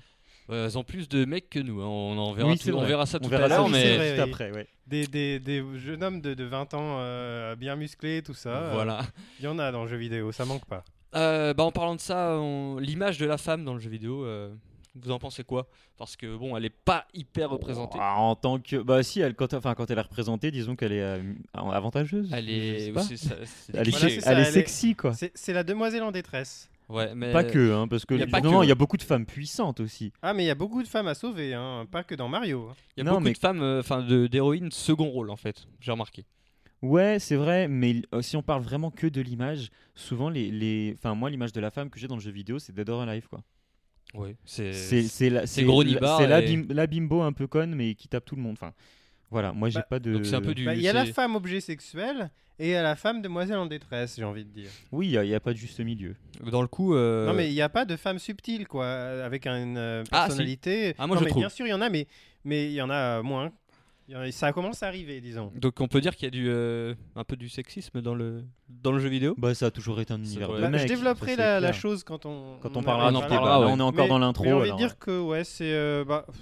S3: Ouais, euh, elles ont plus de mecs que nous. hein. On, en verra
S2: Oui,
S3: tout-
S2: c'est
S3: on
S2: vrai.
S3: verra ça
S2: On
S3: tout
S2: verra
S3: à
S2: ça
S3: l'heure,
S4: oui,
S3: mais
S4: c'est vrai,
S2: juste
S4: oui.
S2: après, ouais.
S4: Des, des, des jeunes hommes de, de 20 ans euh, bien musclés, tout
S2: Ah
S4: ça. euh,
S3: voilà.
S4: Il y en a dans le jeu vidéo, ça manque pas.
S3: Euh, bah, en parlant de ça, on- l'image de la femme dans le jeu vidéo, euh, vous en pensez quoi Parce que bon, elle est pas hyper représentée.
S2: Ah, en tant que. Bah, si, elle, quand, enfin, quand elle est représentée, disons qu'elle est euh, avantageuse.
S3: Elle
S2: je sais
S3: est,
S2: pas.
S3: c'est ça- c'est des
S2: Elle est,
S4: Voilà,
S3: clichés.
S4: c'est ça,
S2: elle est
S4: elle est-
S2: sexy, quoi.
S4: C'est c'est la demoiselle en détresse.
S3: Ouais, mais
S2: Pas que, hein, parce que
S3: y a pas
S2: non, non,
S3: que.
S2: il y a beaucoup de femmes puissantes aussi.
S4: Ah, mais il y a beaucoup de femmes à sauver, hein, pas que dans Mario.
S3: Il y a
S2: Non,
S3: beaucoup
S2: mais-
S3: de femmes, euh, enfin de- d'héroïnes second rôle en fait. J'ai remarqué.
S2: Ouais, c'est vrai, mais l- euh, si on parle vraiment que de l'image, souvent les, les, enfin moi l'image de la femme que j'ai dans le jeu vidéo, c'est Dead or Alive quoi.
S3: Ouais, c'est.
S2: C'est c'est la,
S3: Euh, c'est
S2: c'est
S3: gros
S2: la-
S3: nibar
S2: c'est la,
S3: et-
S2: bim- la bimbo un peu conne mais qui tape tout le monde. Enfin, voilà, moi j'ai
S4: Bah,
S2: pas de.
S3: Donc c'est un peu du.
S4: Bah, Il y a la
S3: c'est-
S4: femme objet sexuel et il y a la femme demoiselle en détresse, j'ai envie de dire.
S2: Oui, il n'y a, pas de juste milieu.
S3: Dans le coup. euh,
S4: Non, mais il n'y a pas de femme subtile, quoi, avec une euh,
S3: Ah, si.
S4: personnalité.
S3: Ah, moi,
S4: Non,
S3: je
S4: mais
S3: trouve.
S4: Bien sûr, il y en a, mais mais il y en a euh, moins. Il y en a- Ça commence à arriver, disons.
S3: Donc on peut dire qu'il y a du euh, un peu du sexisme dans le dans le jeu vidéo.
S2: Bah ça a toujours été un univers
S3: doit-
S2: de
S3: Bah,
S4: Bah,
S2: mecs,
S4: je développerai
S2: ça, c'est
S4: la, la
S2: clair.
S4: chose quand on
S2: Quand on
S4: on
S2: parlera
S3: on en
S2: du
S3: parlera,
S2: débat. Là,
S3: ouais.
S2: on est encore
S4: Mais-
S2: dans l'intro.
S4: Mais on va
S2: Ah alors,
S4: dire que ouais, c'est euh, bah, pff,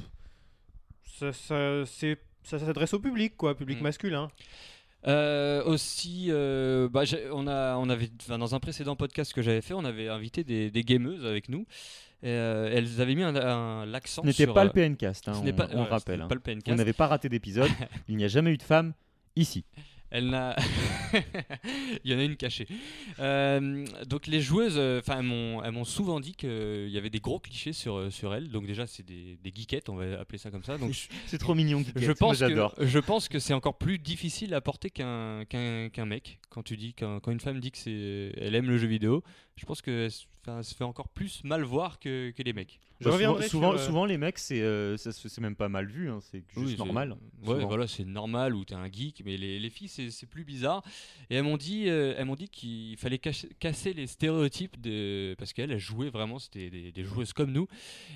S4: ça, ça- c'est- ça s'adresse au public, quoi, public
S3: Mm.
S4: masculin.
S3: Euh, aussi, euh, bah, j'ai- on a, on avait, enfin, dans un précédent podcast que j'avais fait, on avait invité des, des gameuses avec nous. Et, euh, elles avaient mis un, un- l'accent.
S2: Ce n'était
S3: sur,
S2: pas
S3: euh,
S2: le PNcast, hein,
S3: ce
S2: on,
S3: n'est pas,
S2: on
S3: ouais, ce
S2: rappelle.
S3: n'est
S2: hein.
S3: pas le PNcast.
S2: Vous n'avez pas raté
S3: *laughs*
S2: d'épisode. il n'y a jamais eu de femme ici.
S3: Elle n'a. *laughs* Il y en a une cachée. Euh, donc les joueuses, euh, enfin, elles m'ont- elles m'ont souvent dit qu'il y avait des gros clichés sur, euh, sur elles. Donc déjà, c'est des, des geekettes, on va appeler ça comme ça. Donc
S4: *laughs*
S3: je,
S2: C'est trop mignon.
S3: je pense que je pense que c'est encore plus difficile à porter qu'un qu'un qu'un mec. Quand tu dis qu'un- quand une femme dit que c'est elle aime le jeu vidéo, je pense que enfin, elle se fait encore plus mal voir que, que les mecs.
S4: Je
S2: Bah, souvent,
S4: reviendrai
S2: souvent,
S4: sur, euh,
S2: souvent, les mecs, c'est euh, ça se- c'est même pas mal vu, hein, c'est juste
S3: c'est-
S2: normal.
S3: Ouais,
S2: souvent.
S3: voilà, c'est normal ou t'es un geek, mais les, les filles, c'est c'est plus bizarre. Et elles m'ont dit, euh, elles m'ont dit qu'il fallait cache- casser les stéréotypes de, parce qu'elles elles jouaient vraiment, c'était des, des joueuses comme nous,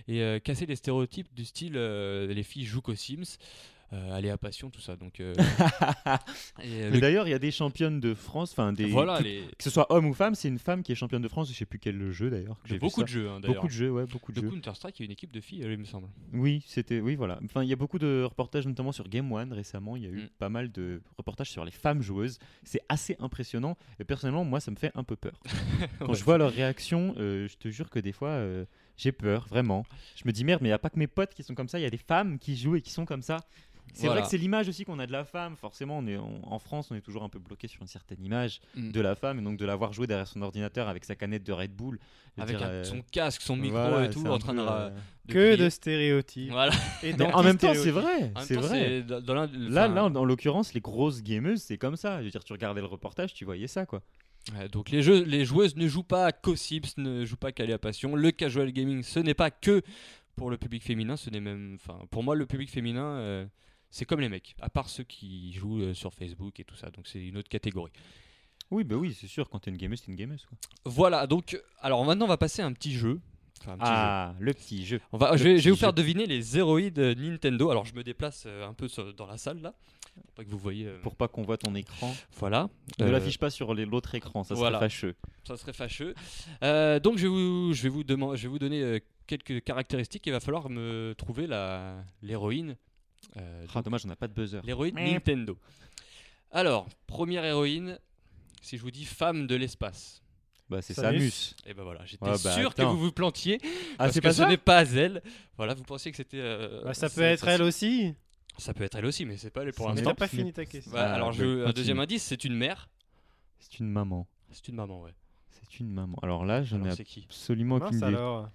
S3: et euh, casser les stéréotypes du style euh, les filles jouent qu'aux Sims, euh, aller à passion, tout ça. Donc, euh, et, euh,
S2: Mais
S3: le-
S2: d'ailleurs, il y a des championnes de France, enfin des
S3: voilà,
S2: tout-
S3: les,
S2: que ce soit homme ou femme, c'est une femme qui est championne de France, je sais plus quel jeu d'ailleurs. que
S3: de
S2: j'ai vu
S3: beaucoup
S2: ça.
S3: de jeux, hein, d'ailleurs.
S2: Beaucoup de jeux, ouais, beaucoup de
S3: Le
S2: jeux.
S3: Counter Strike, il y a une équipe de filles, euh, il me semble.
S2: Oui, c'était, oui, voilà. Enfin, il y a beaucoup de reportages, notamment sur Game One récemment. Il y a eu
S3: Mm.
S2: pas mal de reportages sur les femmes joueuses. C'est assez impressionnant. Et personnellement, moi, ça me fait un peu peur.
S3: *laughs*
S2: Quand
S3: Ouais.
S2: je vois leurs réactions, euh, je te jure que des fois, euh, j'ai peur, vraiment. Je me dis merde, mais il n'y a pas que mes potes qui sont comme ça. Il y a des femmes qui jouent et qui sont comme ça. C'est
S3: Voilà.
S2: vrai que c'est l'image aussi qu'on a de la femme. Forcément, on est, on- en France, on est toujours un peu bloqué sur une certaine image
S3: Mm.
S2: de la femme, et donc de la voir jouer derrière son ordinateur avec sa canette de Red Bull, je
S3: Avec
S2: veux dire,
S3: un-
S2: euh,
S3: son casque, son micro
S2: voilà,
S3: et tout,
S2: c'est un
S3: en train de,
S2: peu,
S3: ra-
S2: euh,
S3: de
S4: que
S3: crier.
S4: de stéréotypes.
S3: Voilà.
S4: Et
S2: Mais en même temps, c'est vrai,
S3: En même
S2: c'est
S3: temps,
S2: vrai.
S3: c'est dans- dans l'un-
S2: Là,
S3: enfin,
S2: là, en, en l'occurrence, les grosses gameuses, c'est comme ça. Je veux dire, tu regardais le reportage, tu voyais ça, quoi.
S3: Ouais, Donc les, jeux, les joueuses ne jouent pas à Cossips, ne jouent pas qu'à la Passion. Le casual gaming, ce n'est pas que pour le public féminin, ce n'est même, enfin, pour moi, le public féminin, euh, c'est comme les mecs, à part ceux qui jouent euh, sur Facebook et tout ça. Donc c'est une autre catégorie.
S2: Oui, bah oui, c'est sûr. Quand t'es une gameuse, t'es une gameuse, quoi.
S3: Voilà. Donc, alors maintenant, on va passer à un petit jeu. Enfin, un petit jeu.
S2: Ah, le petit jeu.
S3: On va,
S2: Le
S3: je, vais, je vais vous
S2: petit
S3: faire
S2: jeu.
S3: deviner les héroïdes euh, Nintendo. Alors je me déplace euh, un peu sur- dans la salle là, pour pas que vous voyez. euh,
S2: Pour pas qu'on voit ton écran.
S3: Voilà.
S2: Ne
S3: Euh,
S2: l'affiche pas sur les- l'autre écran, ça serait
S3: voilà.
S2: fâcheux.
S3: Ça serait fâcheux. Euh, donc je vais vous, je vais vous, deman- je vais vous donner euh, quelques caractéristiques. Il va falloir me trouver la- l'héroïne. euh,
S2: Ah,
S3: donc,
S2: dommage, on n'a pas de buzzer.
S3: l'héroïne
S2: Mep.
S3: Nintendo. Alors, première héroïne, si je vous dis femme de l'espace.
S2: Bah, c'est
S4: Samus.
S2: Samus.
S3: Et ben voilà, j'étais
S2: Ah bah,
S3: sûr que
S2: attends.
S3: vous vous plantiez.
S2: Ah,
S3: parce
S2: c'est
S3: que
S2: pas
S3: ce
S2: ça
S3: n'est pas elle. Voilà, vous pensiez que c'était. euh,
S4: Bah, ça peut
S3: c'est-
S4: être elle aussi.
S3: Ça peut être elle aussi, mais c'est pas elle pour
S2: Ce
S4: Mais
S2: n'est
S3: l'instant.
S4: t'as pas
S2: ce n'est-
S4: fini ta question.
S3: Voilà,
S2: Ah,
S3: Bah, alors, je-
S2: continue.
S3: un deuxième indice, c'est une mère.
S2: C'est une maman.
S3: C'est une maman, ouais.
S2: C'est une maman. Alors là, j'en ai
S3: Alors, c'est qui
S2: absolument aucune
S4: Mince
S2: idée.
S4: alors.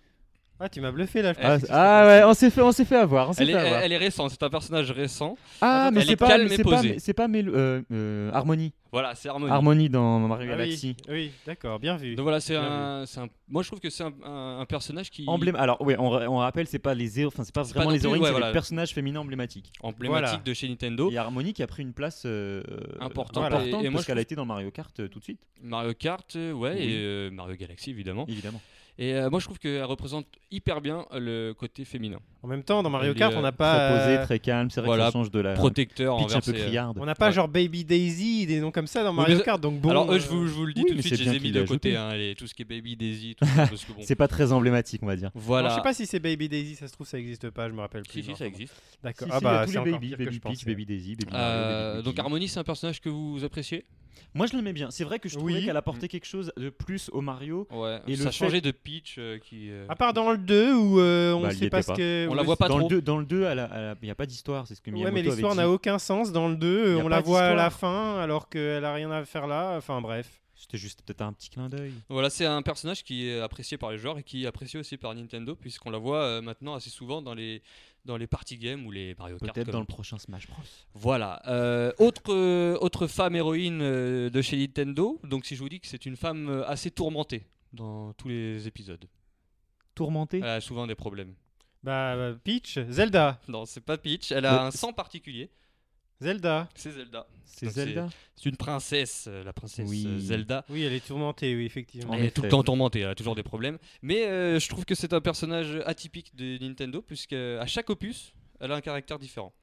S4: Ah, tu m'as bluffé là. je
S2: Ah,
S4: pensais que
S2: c'est-
S4: c'était
S2: ah
S4: pas
S2: ouais,
S4: ça.
S2: on s'est fait, on s'est fait avoir. on s'est
S3: elle est,
S2: fait avoir.
S3: elle est récente, c'est un personnage récent.
S2: ah, mais
S3: elle
S2: c'est
S3: est
S2: pas,
S3: calme et
S2: c'est pas,
S3: posée.
S2: c'est pas Mel- euh, euh, Harmony.
S3: Voilà, c'est Harmony.
S2: Harmony dans
S4: Ah
S2: Mario
S4: oui,
S2: Galaxy.
S4: oui, d'accord, bien vu.
S3: Donc voilà, c'est
S4: Bien
S3: un, c'est un- Moi, je trouve que c'est un, un- un personnage qui
S2: Emblème. Alors oui, on, ra- on rappelle, c'est pas les héros, enfin c'est pas
S3: C'est
S2: vraiment
S3: pas non
S2: les
S3: plus,
S2: héroïnes,
S3: ouais,
S2: c'est
S3: voilà.
S2: les personnages féminins emblématiques.
S3: emblématique
S4: Voilà.
S3: de chez Nintendo.
S2: Et Harmony qui a pris une place euh,
S3: Importante.
S2: importante
S3: Voilà. Et- et moi,
S2: parce
S3: je
S2: qu'elle
S3: trouve-
S2: a été dans Mario Kart euh, tout de suite,
S3: Mario Kart, euh, ouais,
S2: Oui.
S3: et euh, Mario Galaxy évidemment.
S2: évidemment.
S3: Et euh, moi, je trouve qu'elle représente hyper bien euh, le côté féminin.
S4: En même temps, dans Mario
S3: Il est,
S4: Kart,
S3: euh,
S4: on n'a pas.
S2: Pas posé
S4: euh,
S2: très calme, c'est vrai
S3: voilà,
S2: que ça change de la
S3: Protecteur
S2: Euh, pitch
S3: envers
S2: un peu
S3: ses- euh,
S2: criarde.
S4: On n'a pas
S3: Ouais.
S4: genre Baby Daisy, des noms comme ça dans
S3: Oui,
S4: Mario
S3: mais-
S4: Kart, donc bon.
S3: Alors eux, je
S4: euh,
S3: vous, je vous le dis
S2: oui,
S3: tout de
S2: mais
S3: suite,
S2: c'est
S3: je les
S2: bien
S3: ai mis
S2: qu'il
S3: de
S2: l'ait ajouté.
S3: côté, hein, les- tout ce qui est Baby Daisy,
S2: *laughs*
S3: tout ça, parce que bon,
S2: C'est pas très emblématique, on va dire.
S4: alors, je
S3: voilà.
S4: sais pas si c'est Baby Daisy, ça se trouve, ça existe pas, je me rappelle plus.
S3: Si, si,
S4: mais
S3: ça
S4: enfin,
S3: existe.
S4: bon. D'accord.
S2: Si,
S4: ah
S2: si, il y a tous
S4: bah, c'est
S2: les
S4: encore
S2: Baby,
S4: pire que je
S2: Baby
S4: pensais.
S2: Peach, Baby Daisy, Baby Mario,
S3: Euh,
S2: Baby
S3: donc
S2: Mickey.
S3: Harmony, c'est un personnage que vous appréciez
S2: Moi, je l'aimais bien. C'est vrai que je trouvais
S4: Oui.
S2: qu'elle apportait quelque chose de plus au Mario.
S3: Ouais.
S2: Et
S3: ça
S2: le Ah,
S3: a changé de Peach euh, qui. euh,
S4: À part dans le 2 où euh, on
S2: Bah, elle y
S4: sait pas
S2: était
S4: ce
S2: pas.
S4: que.
S3: On
S4: où
S3: la
S4: le-
S3: voit pas
S2: dans
S3: trop.
S2: le 2, dans le 2, elle a- elle a- il n'y a pas d'histoire, c'est ce que
S4: Ouais,
S2: Miyamoto
S4: mais
S2: avait
S4: l'histoire
S2: dit.
S4: n'a aucun sens dans le 2.
S2: Y a
S4: On
S2: pas
S4: la voit à la
S2: d'histoire.
S4: fin alors qu'elle a rien à faire là. Enfin bref.
S2: C'était juste peut-être un petit clin d'œil.
S3: Voilà, c'est un personnage qui est apprécié par les joueurs et qui est apprécié aussi par Nintendo, puisqu'on la voit euh, maintenant assez souvent dans les, dans les party games ou les Mario Kart.
S2: Peut-être
S3: comme-
S2: dans le prochain Smash Bros.
S3: Voilà. Euh, autre, euh, autre femme héroïne euh, de chez Nintendo, donc si je vous dis que c'est une femme euh, assez tourmentée dans tous les épisodes.
S2: Tourmenté
S3: Elle a souvent des problèmes. *laughs*
S4: Bah, bah, Peach, Zelda,
S3: Non, c'est pas Peach, elle a
S2: Euh,
S3: un sang particulier,
S4: Zelda.
S3: c'est Zelda.
S2: C'est
S3: donc c'est-
S2: Zelda
S3: C'est une princesse, euh, la princesse
S2: Oui.
S3: euh, Zelda.
S4: Oui, elle est tourmentée, oui, effectivement.
S2: En
S3: Elle est tout
S2: effet.
S3: le temps tourmentée, elle a toujours des problèmes. Mais euh, je trouve que c'est un personnage atypique de Nintendo, puisque euh, à chaque opus, elle a un caractère différent.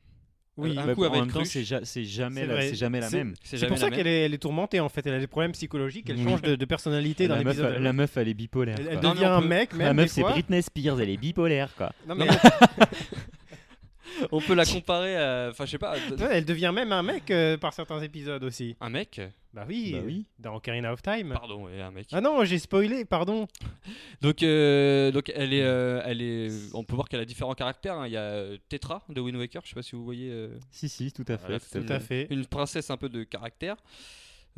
S4: Oui,
S3: un
S2: Bah,
S3: coup
S2: en
S3: avec
S2: même temps,
S3: Crush.
S2: c'est ja- c'est jamais
S4: C'est
S2: la-
S4: vrai.
S2: c'est jamais la même.
S4: C'est pour ça qu'elle est, elle est tourmentée en fait. Elle a des problèmes psychologiques. Elle
S2: Oui.
S4: change de, de personnalité dans
S2: La meuf,
S3: euh,
S4: l'épisode.
S2: la meuf, elle est bipolaire.
S4: Elle,
S2: quoi.
S4: elle
S3: Non, mais
S4: devient
S3: on
S4: un
S3: peut-
S4: mec, même.
S2: la meuf,
S4: des
S2: c'est
S4: fois.
S2: Britney Spears, elle est bipolaire, quoi.
S4: Non, mais-
S3: On peut la comparer à. Enfin, je sais pas. d-
S4: Ouais, elle devient même un mec euh, par certains épisodes aussi.
S3: Un mec
S4: Bah oui,
S2: Bah oui.
S4: dans Ocarina of Time.
S3: Pardon, ouais, un mec.
S4: Ah non, j'ai spoilé, pardon.
S3: Donc, euh, donc elle est, euh, elle est. On peut voir qu'elle a différents caractères. hein. Il y a euh, Tetra de Wind Waker. Je sais pas si vous voyez. euh,
S2: Si, si, tout à
S3: voilà,
S2: fait. Ah, tout
S3: c'est
S2: à
S3: une,
S2: fait.
S4: à fait.
S3: Une princesse un peu de caractère,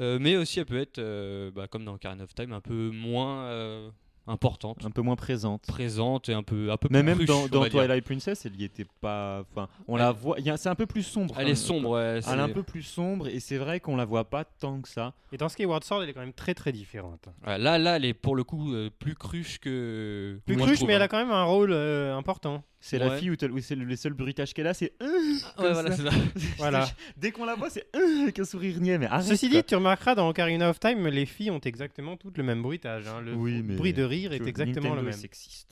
S3: Euh, mais aussi elle peut être, euh, bah, comme dans Ocarina of Time, un peu moins euh, importante.
S2: Un peu moins présente.
S3: présente et un peu un peu
S2: Mais
S3: plus
S2: même
S3: cruche,
S2: dans,
S3: on
S2: dans
S3: va dire.
S2: Twilight Princess, elle y était pas. Enfin, on la voit. il y a- C'est un peu plus sombre.
S3: elle est
S2: hein,
S3: sombre ouais,
S2: Elle est un
S3: c'est-
S2: peu plus sombre et c'est vrai qu'on la voit pas tant que ça.
S4: Et dans Skyward Sword, elle est quand même très très différente.
S3: Ouais, là là elle est pour le coup euh, plus cruche que
S4: Plus
S3: moi, je
S4: cruche,
S3: trouve,
S4: mais elle
S3: hein.
S4: a quand même un rôle euh, important.
S2: C'est
S3: Ouais.
S2: la fille où, t'as- où c'est le, les seuls bruitages qu'elle a, c'est. euh,
S3: ouais,
S2: comme
S3: voilà,
S2: ça.
S3: c'est *laughs* ça.
S2: *laughs*
S4: Voilà.
S2: Dès qu'on la voit, c'est euh, avec un sourire niais. Mais arrête,
S4: Ceci
S2: quoi.
S4: dit, tu remarqueras dans Ocarina of Time, les filles ont exactement toutes le même bruitage. hein. Le
S2: Oui,
S4: br-
S2: mais-
S4: bruit de rire
S2: Que
S4: est exactement
S2: Nintendo
S4: le
S2: est
S4: même.
S2: sexiste.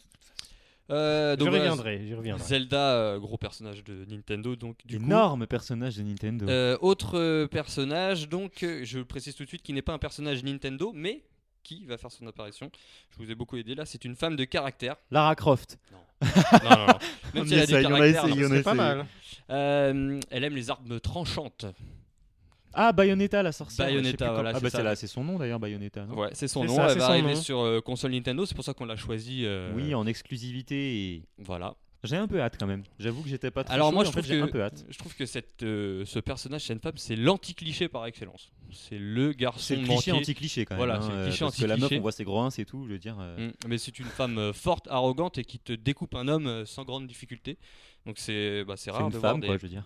S3: Euh,
S4: Je
S3: donc, voilà,
S4: reviendrai, j'y reviendrai.
S3: Zelda euh, gros personnage de Nintendo donc du coup.
S2: Énorme personnage de Nintendo.
S3: Euh, autre euh, personnage donc euh, je le précise tout de suite qui n'est pas un personnage Nintendo mais qui va faire son apparition Je vous ai beaucoup aidé là c'est une femme de
S4: *laughs*
S3: caractère
S2: Lara Croft.
S3: non, non, non.
S2: On
S3: même si elle a du
S2: essaye, on a
S3: caractère
S2: essayé,
S3: non,
S2: on a
S3: c'est
S4: Ah, C'est
S3: pas-
S4: pas
S2: essayé.
S4: mal.
S3: Euh, elle aime les armes tranchantes hein.
S2: Ah, Bayonetta, la sorcière.
S3: Bayonetta,
S2: je sais plus comment-
S3: voilà,
S2: Ah,
S3: c'est
S2: bah,
S3: ça.
S2: c'est là, c'est son nom d'ailleurs, Bayonetta. non
S3: Ouais, c'est son
S4: Oh. C'est
S3: nom.
S4: ça,
S3: elle
S4: c'est
S3: va
S4: son
S3: arriver
S4: nom.
S3: sur euh, console Nintendo. C'est pour ça qu'on l'a choisi. euh,
S2: Oui, en exclusivité. et-
S3: Voilà.
S2: J'ai un peu hâte quand même. J'avoue que j'étais pas très
S3: Alors
S2: chaud,
S3: moi,
S2: mais
S3: je
S2: en fait,
S3: trouve
S2: j'ai
S3: que-
S2: un peu hâte.
S3: Je trouve que cette, euh, ce personnage, cette femme, c'est l'anti-cliché par excellence. C'est le garçon
S2: C'est le cliché
S3: manqué.
S2: anti-cliché quand même.
S3: Voilà,
S2: hein,
S3: c'est le
S2: euh,
S3: cliché
S2: Parce que la meuf,
S3: anti-cliché.
S2: on voit ses gros c'est tout. Je veux dire, euh,
S3: Mm, Mais c'est une femme euh, forte, arrogante et qui te découpe un homme euh, sans grande difficulté. Donc c'est bah, c'est
S2: c'est
S3: rare
S2: une
S3: de
S2: femme, quoi,
S3: voir
S2: je veux dire.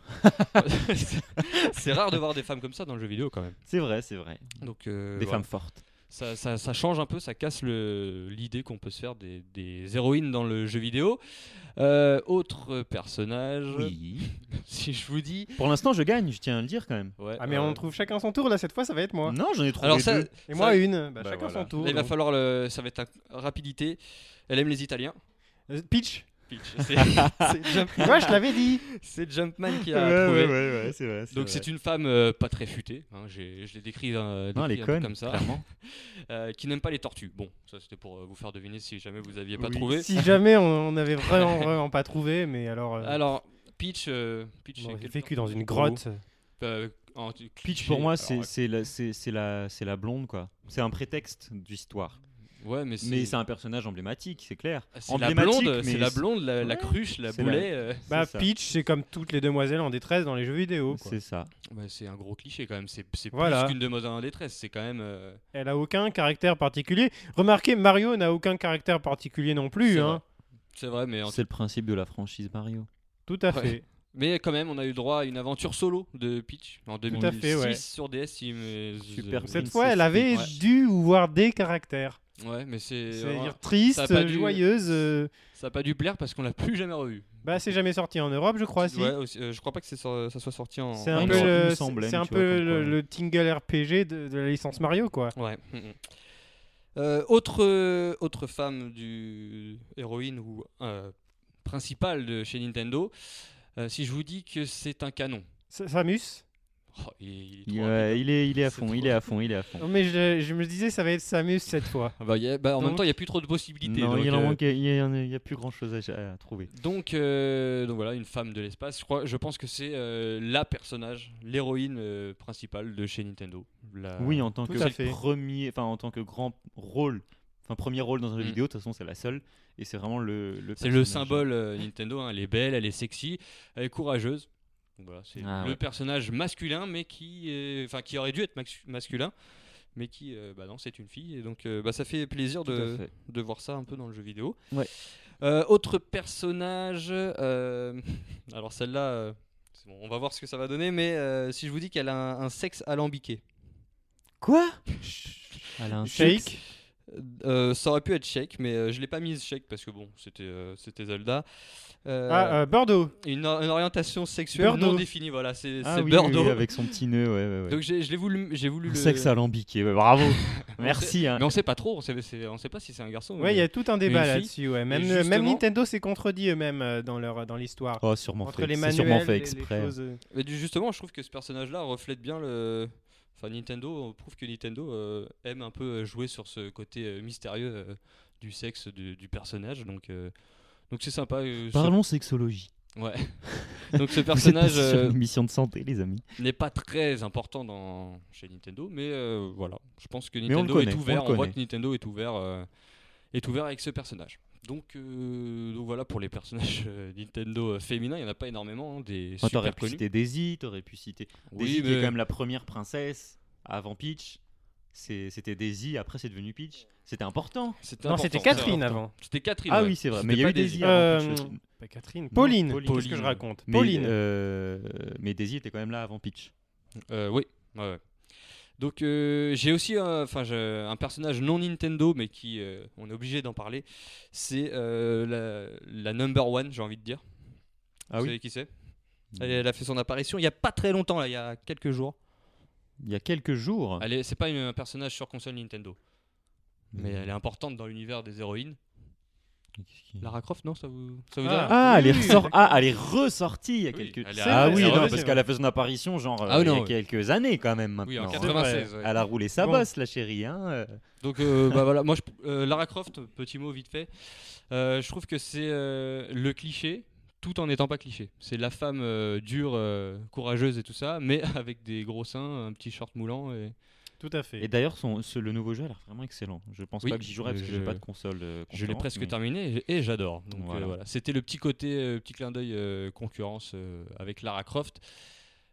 S3: des... *laughs* c'est rare de voir des femmes comme ça dans le jeu vidéo quand même.
S2: C'est vrai, c'est vrai.
S3: Donc euh,
S2: Des
S3: voilà.
S2: femmes fortes.
S3: Ça, ça- ça change un peu, ça casse le- l'idée qu'on peut se faire des, des héroïnes dans le jeu vidéo. Euh, autre personnage,
S2: Oui.
S3: *laughs* si je vous dis.
S2: Pour l'instant, je gagne, je tiens à le dire quand même.
S3: Ouais,
S4: Ah mais
S3: euh,
S4: on trouve chacun son tour là cette fois ça va être moi.
S2: Non, j'en ai trouvé
S3: Alors ça,
S2: deux.
S4: Et
S3: ça-
S4: moi une, Bah,
S2: Bah,
S4: chacun
S2: voilà.
S4: son tour.
S3: il va
S4: donc.
S3: falloir le, ça va être à rapidité. Elle aime les Italiens.
S4: Euh, Peach,
S3: *laughs* Peach, c'est- c'est Jump-
S4: moi je l'avais dit.
S3: c'est Jumpman qui
S2: Ouais,
S3: a
S2: ouais,
S3: trouvé.
S2: ouais, ouais, c'est vrai.
S3: Donc c'est une femme euh, pas très futée. hein, j'ai- je l'ai décrit, euh,
S2: Non,
S3: décrit
S2: elle est
S3: un peu
S2: conne,
S3: comme ça, *laughs* Euh, qui n'aime pas les tortues. Bon, ça c'était pour euh, vous faire deviner si jamais vous aviez pas
S2: Oui,
S3: trouvé.
S4: Si jamais on, on avait vraiment vraiment pas trouvé, mais alors. euh,
S3: Alors Peach, euh, Peach,
S4: on
S3: c'est
S4: aurait
S3: quel-
S4: vécu dans une grotte.
S3: Euh, en- cliché.
S2: Peach pour moi, c'est
S3: Alors,
S2: c'est la, c'est- c'est la, c'est la blonde, quoi. C'est un prétexte d'histoire.
S3: euh, Ouais, mais c'est.
S2: Mais c'est un personnage emblématique, c'est clair.
S3: Ah, c'est la blonde, c'est la blonde, la, la
S2: Ouais.
S3: cruche, la
S2: C'est
S3: boulet. euh.
S2: c'est
S4: Bah
S2: ça.
S4: Peach, c'est comme toutes les demoiselles en détresse dans les jeux vidéo. quoi.
S2: C'est ça.
S3: Bah, c'est un gros cliché quand même. C'est c'est
S4: Voilà.
S3: plus qu'une demoiselle en détresse. C'est quand même. euh,
S4: Elle a aucun caractère particulier. Remarquez, Mario n'a aucun caractère particulier non plus.
S3: C'est
S4: hein.
S3: C'est vrai, mais en-
S2: C'est le principe de la franchise Mario.
S4: Tout à
S3: Ouais.
S4: fait.
S3: mais quand même, on a eu droit à une aventure solo de Peach en 2006
S4: à fait, ouais.
S3: sur DS. si me-
S2: Super
S3: je-
S2: Princess
S4: Cette fois, elle avait
S3: Peach.
S4: dû ou voir des caractères.
S3: Ouais, mais c'est.
S4: C'est-à-dire
S3: euh, ça a
S4: triste,
S3: pas dû-
S4: joyeuse. euh,
S3: Ça a pas dû plaire parce qu'on l'a plus jamais revu.
S4: Bah, c'est jamais sorti en Europe, je crois. Si.
S3: Ouais, aussi, euh, je crois pas que c'est sor- ça soit sorti en.
S4: C'est
S2: Ah,
S4: un
S2: il
S4: peu,
S2: me- il me
S4: le,
S2: semblait,
S4: c'est un
S2: tu vois,
S4: peu
S2: comme
S4: le,
S2: quoi.
S4: le tingle RPG de, de la licence Mario, quoi.
S3: Ouais. mm, mm. Euh, autre, autre femme du héroïne ou euh, principale de chez Nintendo, euh, si je vous dis que c'est un canon.
S4: Sa- Samus
S3: Oh, il, il est
S2: Il,
S3: trop
S2: ouais,
S3: rapide.
S2: il est, il est à
S3: C'est
S2: fond,
S3: trop-
S2: il est à fond, il est à fond.
S4: Non, mais je, je me disais, ça va être Samus cette fois.
S3: Ah bah, il y a- bah, en même
S4: Donc-
S3: temps, il n'y a plus trop de possibilités.
S2: Non,
S3: donc,
S2: il en
S3: euh,
S2: manque, il y en a- il y a plus grand chose à, à trouver.
S3: Donc, euh, donc voilà, une femme de l'espace. Je, crois, je pense que c'est euh, la personnage, l'héroïne euh, principale de chez Nintendo. La-
S2: oui, en tant
S4: tout
S2: que
S4: à fait.
S2: premier, enfin en tant que grand rôle, enfin premier rôle dans un jeu
S3: Mm.
S2: vidéo, de toute façon c'est la seule et c'est vraiment le. le
S3: c'est le
S2: personnage.
S3: symbole euh, Nintendo. hein. Elle est belle, elle est sexy, elle est courageuse. Donc voilà, c'est
S2: Ah
S3: le
S2: ouais.
S3: personnage masculin, mais qui, est- enfin, qui aurait dû être max- masculin, mais qui, euh, bah non, c'est une fille. Et donc, euh, bah, ça fait plaisir
S2: Tout à
S3: de,
S2: fait.
S3: de voir ça un peu dans le jeu vidéo.
S2: Ouais.
S3: Euh, autre personnage, euh, *laughs* alors celle-là, euh, c'est bon, on va voir ce que ça va donner, mais euh, si je vous dis qu'elle a un, un sexe alambiqué,
S2: Quoi Elle a un sexe.
S4: Shake
S3: Euh, ça aurait pu être Shake, mais euh, je l'ai pas mise Shake parce que bon, c'était euh, c'était Zelda. Euh,
S4: Ah, euh, Bordeaux
S3: Une, or- une orientation sexuelle
S4: Birdo.
S3: non définie, voilà, c'est
S2: Ah
S3: c'est
S2: oui, oui,
S3: Birdo.
S2: oui, avec son petit nœud, ouais, ouais, ouais.
S3: Donc j'ai je l'ai voulu, j'ai voulu
S2: Un
S3: le.
S2: sexe alambiqué, ouais,
S3: *laughs*
S2: bravo, merci. hein.
S3: Mais on sait pas trop, on sait, c'est- on sait pas si c'est un garçon.
S4: Ouais, il y a tout un débat
S3: fille.
S4: là-dessus. Ouais. Même, euh,
S3: Et
S4: même
S3: justement-
S4: Nintendo s'est contredit eux-mêmes euh, dans leur dans l'histoire.
S2: Oh, sûrement
S4: Entre
S2: fait.
S4: les
S2: c'est
S4: manuels,
S2: sûrement
S4: les-
S2: fait
S4: les
S2: exprès. hein.
S4: choses, euh,
S3: Mais du- justement, je trouve que ce personnage-là reflète bien le. Enfin, Nintendo on prouve que Nintendo euh, aime un peu jouer sur ce côté euh, mystérieux euh, du sexe du, du personnage, donc euh, donc c'est sympa. euh, ce-
S2: Parlons sexologie.
S3: Ouais. *laughs* donc ce
S2: Vous êtes pas
S3: personnage
S2: sur
S3: euh,
S2: une émission de santé, les amis.
S3: n'est pas très important dans chez Nintendo, mais euh, voilà, je pense que
S2: on le
S3: Nintendo
S2: connaît,
S3: est
S2: on
S3: ouvert.
S2: le
S3: On, voit
S2: connaît.
S3: que Nintendo est ouvert, euh, est ouvert avec ce personnage. Donc, euh, donc voilà pour les personnages euh, Nintendo euh, féminins, il n'y en a pas énormément hein, des
S2: Enfin,
S3: super
S2: Oh, t'aurais pu
S3: connus.
S2: citer Daisy, t'aurais pu citer Daisy
S3: Oui,
S2: qui est
S3: mais-
S2: quand même la première princesse avant Peach. C'est- C'était Daisy, après c'est devenu Peach. C'était important.
S3: C'était
S4: Non,
S3: important,
S4: c'était
S3: ça,
S4: Catherine
S3: important.
S4: avant.
S3: C'était Catherine.
S2: Ah
S3: ouais.
S2: oui, c'est vrai.
S3: C'était
S2: Mais il y a
S3: pas
S2: eu Daisy.
S4: Euh,
S2: avant Peach aussi.
S4: Pas Catherine. Pauline.
S2: Pauline.
S4: Qu'est-ce que je raconte
S2: Mais,
S4: Pauline.
S2: euh, mais Daisy était quand même là avant Peach.
S3: Euh, oui. ouais, ouais. Donc euh, j'ai aussi euh, enfin je- un personnage non Nintendo mais qui euh, on est obligé d'en parler. C'est euh, la, la number one j'ai envie de dire.
S2: Ah oui.
S3: Vous
S2: Mm.
S3: savez qui c'est elle, elle a fait son apparition il y a pas très longtemps là il y a quelques jours.
S2: Il y a quelques jours.
S3: Elle est- c'est pas une- un personnage sur console Nintendo mais
S2: Mm.
S3: euh, elle est importante dans l'univers des héroïnes. Lara Croft non ça vous ça vous dit rien
S2: Ah, elle est,
S4: Oui,
S2: ressor-
S4: oui.
S2: ah, elle est ressortie il y a
S3: Oui,
S2: quelques
S3: elle est-
S2: Ah
S4: c'est
S2: oui,
S4: vrai,
S2: non,
S4: c'est
S2: parce
S4: vrai.
S2: qu'elle a fait son apparition genre
S3: Ah
S2: euh,
S3: non,
S2: il y a
S3: oui.
S2: quelques années quand même maintenant.
S3: Oui en
S2: hein.
S3: 96. ouais.
S2: Elle a roulé sa
S4: Bon.
S2: bosse, la chérie. Hein. euh.
S3: Donc euh, *laughs* bah, voilà, moi je, euh, Lara Croft, petit mot vite fait, Euh, je trouve que c'est euh, le cliché tout en n'étant pas cliché. C'est la femme euh, dure, euh, courageuse et tout ça, mais *laughs* avec des gros seins, un petit short moulant. Et...
S4: Tout à fait.
S2: Et d'ailleurs, son- ce- le nouveau jeu a l'air vraiment excellent. Je pense
S3: Oui,
S2: pas que j'y jouerai parce que j'ai
S3: je-
S2: pas de console. euh,
S3: Je l'ai
S2: concurrente,
S3: presque
S2: mais-
S3: terminé et, et j'adore. Donc euh, voilà,
S2: Voilà.
S3: c'était le petit côté, euh, petit clin d'œil euh, concurrence euh, avec Lara Croft.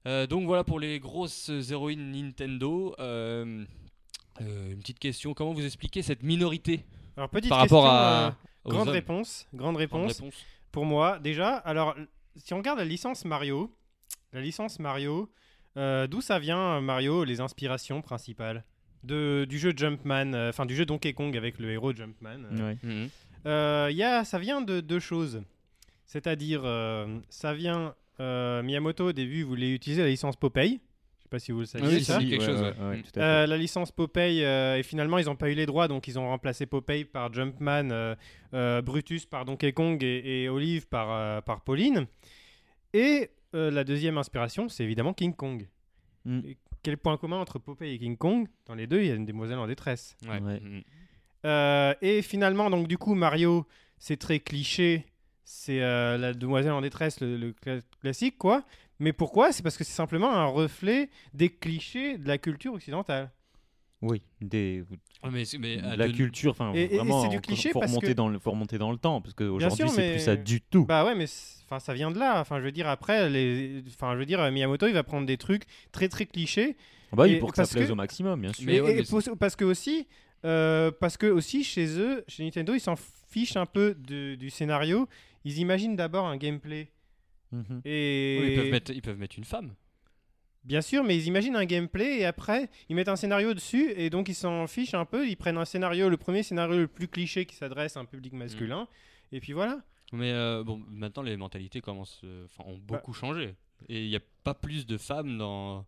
S3: Euh, donc voilà pour les grosses héroïnes Nintendo. Euh, euh, une petite question, comment vous expliquez cette minorité
S4: Alors petite
S3: par
S4: question,
S3: rapport à...
S4: euh,
S3: aux
S4: grande
S3: hommes
S4: réponse, grande
S3: Grande
S4: réponse.
S3: réponse.
S4: Pour moi, déjà, alors l- si on regarde la licence Mario, la licence Mario, euh, d'où ça vient euh, Mario, les inspirations principales de, du jeu Jumpman, euh, enfin du jeu Donkey Kong avec le héros Jumpman. euh.
S2: Ouais.
S3: Mhm.
S4: Euh, il y a, ça vient de deux choses. C'est-à-dire, euh, ça vient, euh, Miyamoto au début voulait utiliser la licence Popeye. Je sais pas si vous le saviez.
S3: Oui,
S4: ça.
S3: si, quelque chose, ouais.
S2: ouais,
S3: Mm.
S2: tout à fait.
S4: Euh, la licence Popeye, euh, et finalement ils n'ont pas eu les droits, donc ils ont remplacé Popeye par Jumpman, euh, euh, Brutus par Donkey Kong et, et Olive par, euh, par Pauline. Et euh, la deuxième inspiration, c'est évidemment King Kong.
S2: Mm.
S4: Et Quel point commun entre Popeye et King Kong Dans les deux, il y a une demoiselle en détresse.
S3: Ouais.
S2: Ouais.
S3: Mhm.
S4: Euh, et finalement, donc du coup, Mario, c'est très cliché, c'est euh, la demoiselle en détresse, le, le cla- classique, quoi. Mais pourquoi C'est parce que c'est simplement un reflet des clichés de la culture occidentale.
S2: Oui, des,
S3: Ah, mais c'est- mais, à
S2: la
S3: de-
S2: culture, enfin
S4: Et- et- et
S2: vraiment,
S4: c'est du
S2: faut-
S4: cliché
S2: faut
S4: parce
S2: remonter
S4: que-
S2: dans le, faut remonter dans le temps parce qu'aujourd'hui
S4: sûr,
S2: c'est plus
S4: mais-
S2: ça du tout.
S4: Bah ouais, mais c'est- enfin ça vient de là. Enfin, je veux dire après, les... enfin je veux dire euh, Miyamoto, il va prendre des trucs très très clichés.
S2: Ah bah oui,
S4: et
S2: pour que ça
S4: parce
S2: plaise
S4: que-
S2: au maximum, bien sûr.
S3: Mais
S4: Et-
S3: ouais,
S4: et
S3: mais
S4: pour- parce que aussi, euh, parce que aussi chez eux, chez Nintendo, ils s'en fichent un peu de- du scénario. Ils imaginent d'abord un gameplay.
S2: Mhm.
S4: Et
S3: Oui, ils, peuvent mettre, ils peuvent mettre une femme.
S4: bien sûr, mais ils imaginent un gameplay et après ils mettent un scénario dessus et donc ils s'en fichent un peu. Ils prennent un scénario, le premier scénario le plus cliché qui s'adresse à un public masculin. Et puis voilà.
S3: Mais euh, bon, maintenant les mentalités commencent, euh, enfin, ont beaucoup changé. Et il n'y a pas plus de femmes dans,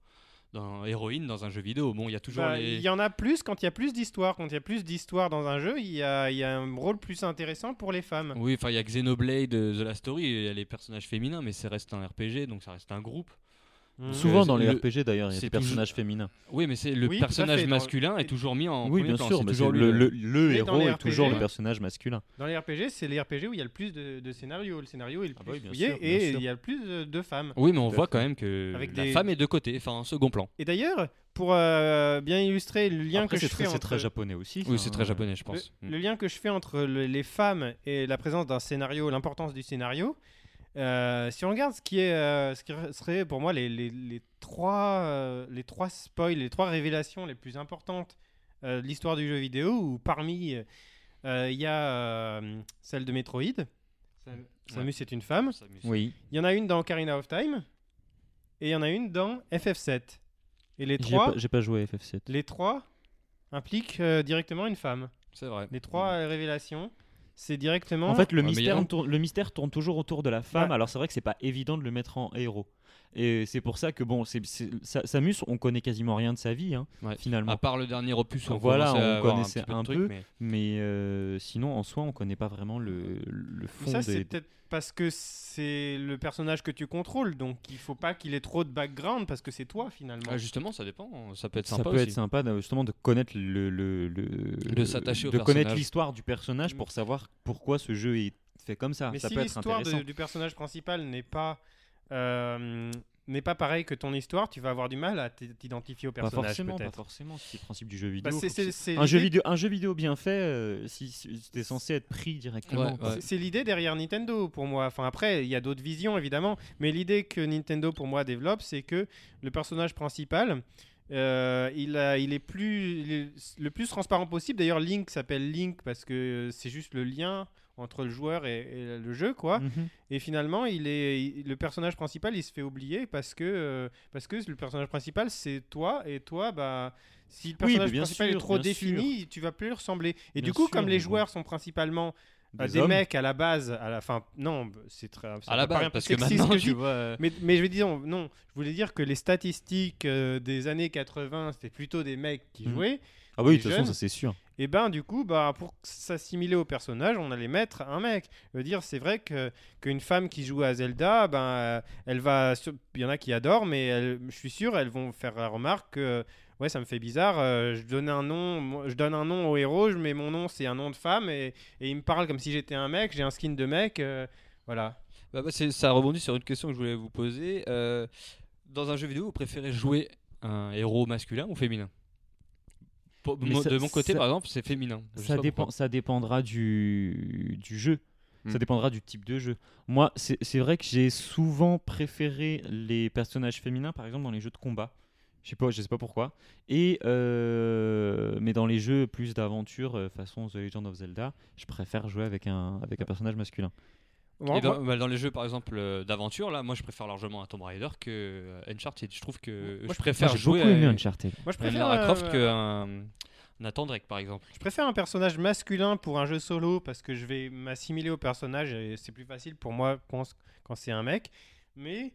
S3: dans héroïne dans un jeu vidéo. Bon, il y a toujours
S4: Bah,
S3: les.
S4: Il y en a plus quand il y a plus d'histoire. Quand il y a plus d'histoire dans un jeu, il y, a, il y a un rôle plus intéressant pour les femmes.
S3: Oui, enfin, il y a Xenoblade, euh, The Last Story, il y a les personnages féminins, mais ça reste un RPG, donc ça reste un groupe.
S4: Mhm.
S2: Souvent
S3: Euh,
S2: dans les
S3: le-
S2: RPG d'ailleurs, il y a
S3: c'est
S2: des personnages féminins.
S3: Oui, mais c'est le
S4: Oui, tout à
S3: personnage
S4: fait, dans-
S3: masculin est toujours mis en
S2: oui,
S3: premier
S2: bien
S3: plan,
S2: sûr,
S3: c'est
S2: mais
S3: toujours
S2: c'est
S3: lui euh,
S2: le,
S3: le-
S2: le- le
S4: Mais dans
S2: héros
S4: les
S2: est toujours le
S4: RPG,
S2: personnage masculin.
S4: Dans les RPG, c'est les RPG où il y a le plus de, de scénarios. Le scénario est le
S2: Ah
S4: plus
S2: bah oui, bien
S4: fouillé
S2: sûr, bien
S4: et
S2: sûr.
S4: il y a le plus de, de femmes.
S3: Oui, mais on
S2: Tout à
S3: voit
S2: fait.
S3: quand même que
S4: Avec
S3: la
S4: des-
S3: femme est de côté, enfin en second plan.
S4: Et d'ailleurs, pour euh, bien illustrer le lien
S2: Après,
S4: que
S2: c'est
S4: je
S2: très,
S4: fais
S2: c'est
S4: entre
S2: très japonais aussi.
S3: Oui,
S2: ça,
S3: c'est
S2: hein.
S3: très japonais, je
S4: le,
S3: pense. Mm.
S4: le lien que je fais entre le- les femmes et la présence d'un scénario, l'importance du scénario. euh, si on regarde ce qui est, euh, ce qui serait pour moi les, les- les trois, euh, les trois spoils, les trois révélations les plus importantes euh, de l'histoire du jeu vidéo, où parmi euh, il y a euh, celle de Metroid. Samus est une femme.
S2: Oui,
S4: Il y en a une dans Ocarina of Time et il y en a une dans FF7. Et les
S2: j'ai
S4: trois,
S2: pas, j'ai pas joué à FF7.
S4: les trois impliquent euh, directement une femme.
S3: C'est vrai.
S4: Les trois euh, révélations, c'est directement.
S2: En fait, le
S3: Ouais, mais il y a-
S2: mystère, tourne, le mystère tourne toujours autour de la femme.
S4: Ouais.
S2: Alors, c'est vrai que c'est pas évident de le mettre en héros. Et c'est pour ça que, bon, c'est, c'est- Sa- Samus, on connaît quasiment rien de sa vie, hein,
S3: Ouais. Ah.
S2: finalement.
S3: À part le dernier opus, on
S2: Voilà,
S3: commençait à
S2: on
S3: avoir
S2: connaissait
S3: petit peu de
S2: un
S3: trucs,
S2: peu.
S3: mais-
S2: Mais euh, sinon, en soi, on connaît pas vraiment le, le
S4: Mais
S2: fond
S4: ça, c'est
S2: des.
S4: peut-être parce que c'est le personnage que tu contrôles, donc il faut pas qu'il ait trop de background parce que c'est toi finalement.
S3: Ah, justement, ça dépend. Ça peut être
S2: Ça
S3: sympa
S2: peut
S3: aussi.
S2: être sympa de- justement de connaître le, le- le-
S3: De s'attacher au
S2: de connaître
S3: personnage.
S2: l'histoire du personnage pour savoir pourquoi ce jeu est fait comme ça.
S4: Mm. Mais
S2: ça
S4: si
S2: peut être
S4: l'histoire de-
S2: intéressant.
S4: du personnage principal n'est pas euh, n'est pas pareil que ton histoire, tu vas avoir du mal à t- t'identifier au
S2: Pas
S4: personnage
S2: forcément, pas
S4: peut-être.
S2: forcément. C'est le principe du jeu vidéo.
S4: Bah, c'est-
S2: faut que
S4: c'est-
S2: ce-
S4: c'est
S2: un jeu
S4: l'idée-
S2: vidéo, un jeu vidéo bien fait, euh, si, si t'es censé être pris directement.
S3: Ouais,
S2: quoi.
S4: C'est- C'est l'idée derrière Nintendo pour moi. Enfin après, il y a d'autres visions évidemment, mais l'idée que Nintendo pour moi développe, c'est que le personnage principal, euh, il, a- il est plus il est le plus transparent possible. D'ailleurs, Link s'appelle Link parce que c'est juste le lien entre le joueur et, et le jeu quoi.
S2: Mhm.
S4: Et finalement, il est il- le personnage principal, il se fait oublier parce que euh, parce que le personnage principal c'est toi et toi bah si le
S2: Oui, mais
S4: personnage
S2: bien
S4: principal
S2: sûr,
S4: est trop
S2: bien sûr.
S4: défini, tu vas plus lui ressembler. Et
S2: Bien
S4: du coup,
S2: sûr,
S4: comme
S2: mais
S4: les
S2: bon.
S4: joueurs sont principalement euh, des,
S2: hommes. *laughs*
S4: mecs à la base, à la fin, non, bah, c'est très, ça
S3: À la
S4: me paraît un
S3: base,
S4: peu
S3: parce que
S4: sexiste
S3: maintenant,
S4: que je
S3: tu
S4: dis.
S3: vois. euh,
S4: Mais, mais je vais dire, non, je voulais dire que les statistiques euh, des années 80, c'était plutôt des mecs qui
S2: Mhm.
S4: jouaient.
S2: Ah oui,
S4: des
S2: de toute façon,
S4: jeunes.
S2: ça c'est sûr.
S4: Et ben du coup, bah, pour s'assimiler au personnage, on allait mettre un mec. Je veux dire, c'est vrai que qu'une femme qui joue à Zelda, ben euh, elle va, se- il y en a qui adorent, mais elles- je suis sûr, elles vont faire la remarque que ouais, ça me fait bizarre. euh, je donne un nom, moi, je donne un nom au héros, je mets mon nom, c'est un nom de femme, et, et il me parle comme si j'étais un mec, j'ai un skin de mec, euh, voilà.
S3: bah, bah, c'est- ça rebondit sur une question que je voulais vous poser. Euh, dans un jeu vidéo, vous préférez jouer un héros masculin ou féminin Pour-
S2: Mais
S3: mo-
S2: ça-
S3: De mon côté,
S2: ça-
S3: par exemple, c'est féminin. Je sais
S2: Ça,
S3: pas
S2: dépend,
S3: pourquoi.
S2: ça dépendra du, du jeu.
S3: Hmm.
S2: Ça dépendra du type de jeu. Moi, c'est c'est vrai que j'ai souvent préféré les personnages féminins, par exemple dans les jeux de combat. Je sais pas, je sais pas pourquoi. Et euh, mais dans les jeux plus d'aventure, euh, façon The Legend of Zelda, je préfère jouer avec un avec un personnage masculin.
S4: Moi,
S3: Et dans,
S4: moi-
S3: bah, dans les jeux, par exemple, euh, d'aventure, là, moi, je préfère largement un Tomb Raider que euh, Uncharted. Je trouve que je
S4: Moi, je-
S3: préfère
S2: Moi, j'ai
S3: jouer
S2: beaucoup aimé
S3: à-
S2: Uncharted.
S4: moi,
S3: à
S4: je
S3: une
S4: préfère
S3: Lara Croft
S4: euh,
S3: qu'un Nathan Drake, par exemple.
S4: Je préfère un personnage masculin pour un jeu solo parce que je vais m'assimiler au personnage et c'est plus facile pour moi je pense, quand c'est un mec. Mais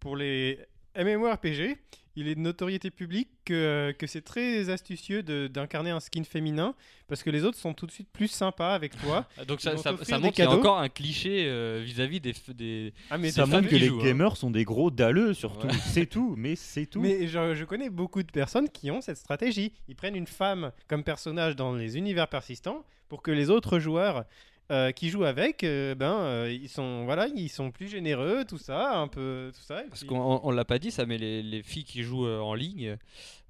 S4: pour les MMORPG, il est de notoriété publique que, que c'est très astucieux de- d'incarner un skin féminin parce que les autres sont tout de suite plus sympas
S2: *laughs*
S4: avec toi.
S3: Ah, Donc
S4: Ils
S3: ça,
S4: vont
S3: ça,
S4: t'offrir
S3: ça
S4: des
S3: montre qu'il y a
S4: cadeaux.
S3: encore un cliché euh, vis-à-vis des, f- des...
S4: Ah, mais
S2: Ça
S3: des
S2: montre
S3: femmes
S2: que
S3: qui
S2: les
S3: jouent, hein.
S2: gamers sont des gros dalleux surtout.
S3: Ouais.
S2: C'est tout, mais c'est
S3: *laughs*
S2: tout.
S4: Mais je, je connais beaucoup de personnes qui ont cette stratégie. Ils prennent une femme comme personnage dans les univers persistants pour que les autres joueurs euh, qui jouent avec, euh, ben, euh, ils sont voilà, ils sont plus généreux, tout ça, un peu tout ça. et
S3: Parce
S4: puis-
S3: qu'on on- on l'a pas dit, ça, mais les, les filles qui jouent euh, en ligne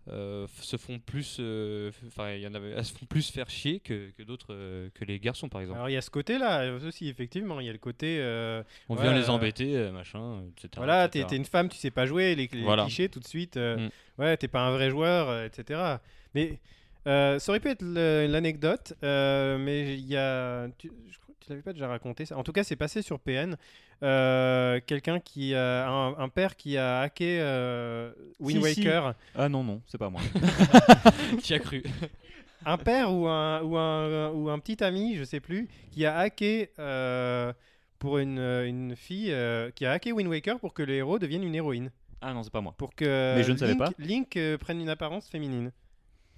S3: euh, f- se font plus, euh, f- enfin, il y en avait, elles se font plus faire chier que, que d'autres, euh, que les garçons, par exemple.
S4: Alors il y a ce côté-là euh, aussi, effectivement, il y a le côté, euh,
S3: On
S4: ouais,
S3: vient les
S4: euh,
S3: embêter, euh, machin, etc.
S4: voilà, t'es
S3: etc.
S4: t'es une femme, tu sais pas jouer, les, les
S3: Voilà.
S4: clichés tout de suite, euh,
S3: Mm.
S4: ouais, t'es pas un vrai joueur, euh, etc. Mais euh, ça aurait pu être le- l'anecdote, euh, mais il y a, tu, je crois que tu l'avais pas déjà raconté ça. En tout cas, c'est passé sur PN. Euh, Quelqu'un qui a un, un père qui a hacké euh, Wind
S2: Si, si.
S4: Waker,
S2: Ah non non, c'est pas moi.
S3: *laughs* T'y as cru.
S4: un père ou un, ou, un, ou un petit ami, je sais plus, qui a hacké euh, pour une, une fille, euh, qui a hacké Wind Waker pour que le héros devienne une héroïne.
S2: Ah non, c'est pas moi.
S4: pour que
S2: Mais je ne savais
S4: Link,
S2: pas.
S4: Link, euh, prenne une apparence féminine.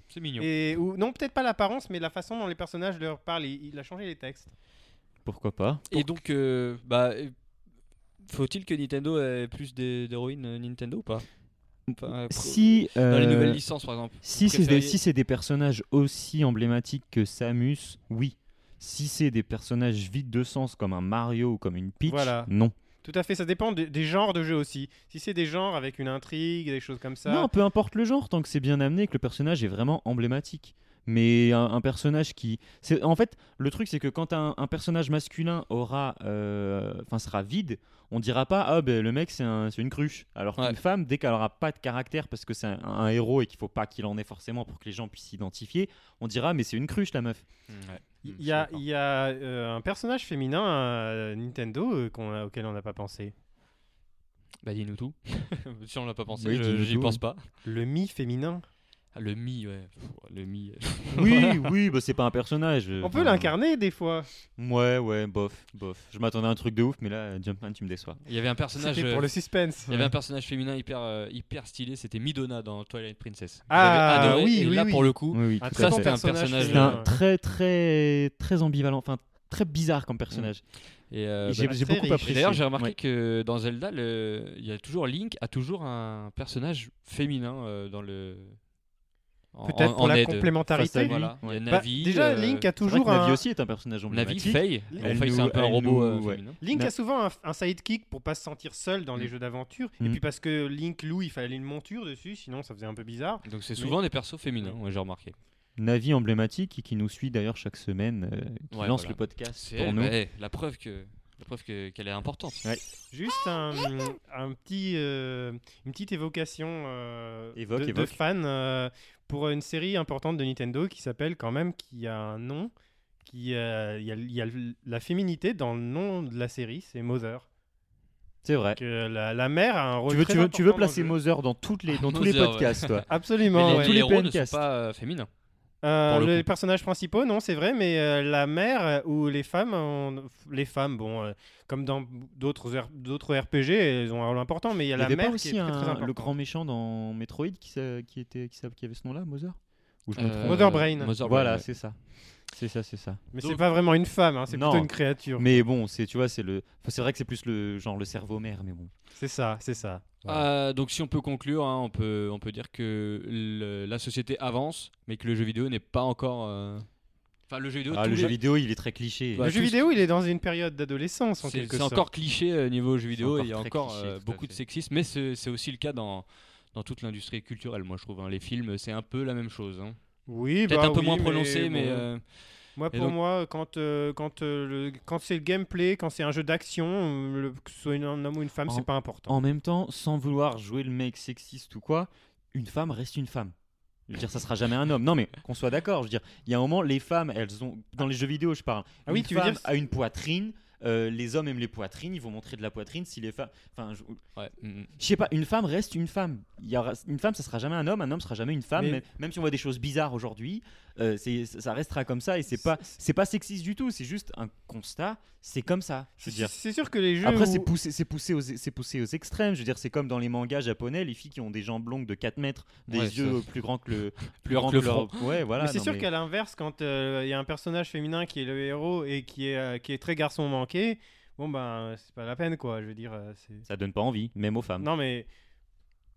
S3: C'est mignon.
S4: Et, ou, non, peut-être pas l'apparence, mais la façon dont les personnages leur parlent. Il, il a changé les textes.
S2: Pourquoi pas
S3: Et donc, euh, bah, euh, faut-il que Nintendo ait plus d'hé- d'héroïnes euh, Nintendo ou pas Enfin, euh,
S2: Si
S3: Dans les
S2: euh,
S3: nouvelles licences, par exemple.
S2: si c'est des,
S3: préfériez-
S2: si c'est des personnages aussi emblématiques que Samus, oui. Si c'est des personnages vides de sens comme un Mario ou comme une Peach,
S4: Voilà.
S2: non.
S4: Tout à fait, ça dépend des, des genres de jeux aussi. Si c'est des genres avec une intrigue, des choses comme ça.
S2: Non, peu importe le genre, tant que c'est bien amené et que le personnage est vraiment emblématique. Mais un, un personnage qui. c'est- En fait, le truc, c'est que quand un, un personnage masculin aura. euh, Enfin, sera vide, on dira pas Ah, ben le mec, c'est un- c'est une cruche. Alors
S3: Ouais.
S2: qu'une femme, dès qu'elle aura pas de caractère parce que c'est un, un héros et qu'il faut pas qu'il en ait forcément pour que les gens puissent s'identifier, on dira Mais c'est une cruche, la meuf.
S3: Mm,
S4: Il
S3: je suis
S4: y a,
S3: d'accord.
S4: il y a, euh, un personnage féminin euh, Nintendo euh, qu'on a- auquel on n'a pas pensé.
S3: Bah, dis-nous tout. *laughs* si on l'a pas pensé,
S2: Oui,
S3: je-
S2: dis-nous
S3: j'y
S2: tout,
S3: pense
S2: oui.
S3: pas.
S4: Le mi féminin.
S3: Ah, le mi, ouais. Pff, le mi.
S4: *laughs*
S2: Oui, oui, bah, c'est pas un personnage.
S3: Euh,
S4: On peut l'incarner des fois.
S2: Ouais, ouais, bof, bof. Je m'attendais à un truc de ouf, mais là, euh, Jumpman, tu me déçois.
S3: Il y avait un personnage.
S4: C'était
S3: euh,
S4: pour le suspense.
S3: Il y avait un personnage féminin hyper, euh, hyper stylé, c'était Midona dans Twilight Princess.
S4: Ah,
S3: J'avais adoré, et
S4: oui, oui, Mm.
S3: là
S4: oui.
S3: pour le coup,
S2: Oui, oui,
S4: Un
S2: tout
S4: très
S2: à
S4: bon
S2: fait.
S3: c'était un
S4: personnage.
S3: personnage,
S2: C'était un
S4: euh,
S2: très très très ambivalent, enfin très bizarre comme personnage.
S3: et, euh,
S2: Et j'ai
S4: bah,
S2: j'ai
S4: très
S2: beaucoup
S4: riche.
S3: Et
S2: apprécié.
S3: D'ailleurs, j'ai remarqué
S2: Ouais.
S3: que dans Zelda, le- il y a toujours Link a toujours un personnage féminin euh, dans le. en-
S4: Peut-être
S3: en-
S4: pour
S3: en
S4: la
S3: aide.
S4: complémentarité.
S2: Face à lui.
S3: Voilà. Il y a
S2: Ouais.
S4: Bah,
S3: Navi.
S4: déjà,
S3: euh,
S4: Link a
S2: C'est vrai que
S4: toujours un.
S2: Navi aussi est un personnage
S3: Navi,
S2: emblématique.
S3: Faye.
S4: Elle
S3: Bon, Faye,
S2: nous-
S3: c'est un peu un
S2: elle
S3: robot
S2: nous-
S3: euh,
S2: ouais.
S3: féminin.
S4: Link
S2: Na-
S4: a souvent un, un sidekick pour pas se sentir seul dans les
S3: Mm.
S4: jeux d'aventure. Et
S2: Mm.
S4: puis parce que Link loue, il fallait une monture dessus, sinon ça faisait un peu bizarre.
S3: Donc c'est souvent des persos féminins, ouais, j'ai remarqué.
S2: Navi emblématique et qui nous suit d'ailleurs chaque semaine, euh, qui
S3: Ouais,
S2: lance
S3: voilà.
S2: le podcast
S3: C'est
S2: pour
S3: elle,
S2: nous.
S3: bah, eh, la preuve que la preuve que- qu'elle est importante.
S4: Juste un, un petit, euh, une petite évocation euh,
S2: Évoque,
S4: de, de
S2: évoque.
S4: fans euh, pour une série importante de Nintendo qui s'appelle quand même, qui a un nom, qui euh, il y a, il y a le- la féminité dans le nom de la série, c'est Mother.
S2: C'est vrai.
S4: Que la, la mère a un rôle
S2: Tu veux,
S4: très
S2: tu veux, tu veux
S4: important dans le
S2: placer
S4: jeu.
S2: Mother dans, toutes les,
S3: Ah,
S2: dans tous les
S3: Mother, ouais.
S2: podcasts, toi.
S4: Absolument.
S3: Mais
S4: ouais.
S3: les, tous les héros ne sont
S2: PNcast.
S3: pas euh, féminins.
S4: Euh,
S3: Pour le
S4: le
S3: coup.
S4: personnage principaux, non, c'est vrai, mais euh, la mère euh, ou les femmes, ont- les femmes, bon, euh, comme dans d'autres R- d'autres RPG, elles ont un rôle important, mais il y a
S2: Il y
S4: la
S2: avait
S4: mère
S2: pas
S4: qui
S2: aussi
S4: est très, très
S2: un-
S4: importante.
S2: le grand méchant dans Metroid qui, s'a- qui, était, qui, s'a- qui avait ce nom-là, Mother Ou je me
S3: Euh,
S2: trompe
S4: Mother Brain.
S3: Mother Brain,
S2: Voilà,
S3: ouais.
S2: c'est ça. C'est ça, c'est ça.
S4: Mais
S3: Donc-
S4: c'est pas vraiment une femme, hein, c'est
S2: Non.
S4: plutôt une créature.
S2: Mais bon, c'est tu vois, c'est le. enfin, c'est vrai que c'est plus le genre le cerveau mère, mais bon.
S4: C'est ça, c'est ça.
S3: Euh, donc si on peut conclure, hein, on, peut, on peut dire que le- la société avance, mais que le jeu vidéo n'est pas encore... euh, Enfin, le jeu vidéo,
S2: Ah,
S3: tous
S2: le
S3: les-
S2: jeu vidéo, il est très cliché.
S3: Bah,
S4: le jeu
S3: tous-
S4: vidéo, il est dans une période d'adolescence en
S3: c'est
S4: quelque
S3: c'est
S4: sorte.
S3: encore cliché euh, niveau jeu vidéo,
S2: encore
S3: il y a
S2: très
S3: encore
S2: cliché,
S3: euh,
S2: tout à
S3: beaucoup de
S2: fait.
S3: sexisme, mais c'est c'est aussi le cas dans, dans toute l'industrie culturelle, moi je trouve. hein. Les films, c'est un peu la même chose. hein.
S4: Oui,
S3: Peut-être
S4: bah
S3: un peu
S4: oui,
S3: moins prononcé, mais...
S4: bon.
S3: euh,
S4: Moi,
S3: Et
S4: pour
S3: donc-
S4: moi, quand, euh, quand, euh, le- quand c'est le gameplay, quand c'est un jeu d'action, euh, le- que ce soit une- un homme ou une femme,
S2: En-
S4: c'est pas important.
S2: En même temps, sans vouloir jouer le mec sexiste ou quoi, une femme reste une femme. Je veux dire, ça sera jamais un homme. Non, mais qu'on soit d'accord. Je veux dire, il y a un moment, les femmes, elles ont dans les jeux vidéo, je parle.
S4: Ah oui,
S2: une
S4: tu veux
S2: femme
S4: dire-
S2: a une poitrine. euh, les hommes aiment les poitrines. Ils vont montrer de la poitrine. Si les femmes, enfin, je,
S3: ouais, mm,
S2: je sais pas. Une femme reste une femme. Il y aura- une femme, ça sera jamais un homme. Un homme sera jamais une femme.
S4: Mais-
S2: Même, même si on voit des choses bizarres aujourd'hui, euh, c'est- ça restera comme ça. Et c'est pas, c'est pas sexiste du tout. C'est juste un constat. C'est comme ça. Je
S4: C'est
S2: veux dire.
S4: c'est sûr que les jeux.
S2: Après,
S4: où-
S2: c'est poussé, c'est poussé aux, c'est poussé aux extrêmes. Je veux dire, c'est comme dans les mangas japonais, les filles qui ont des jambes longues de 4 mètres, des
S3: Ouais,
S2: yeux
S3: ça-
S2: plus grands que le,
S3: plus
S2: grands
S3: grand que le
S2: leur-
S3: front.
S2: Ouais, voilà.
S4: mais c'est
S2: non,
S4: sûr
S2: mais-
S4: qu'à l'inverse, quand euh, il y a un personnage féminin qui est le héros et qui est, euh, qui est très garçon manqué, bon ben c'est pas la peine quoi, je veux dire. euh, c'est-
S2: ça donne pas envie, même aux femmes.
S4: Non mais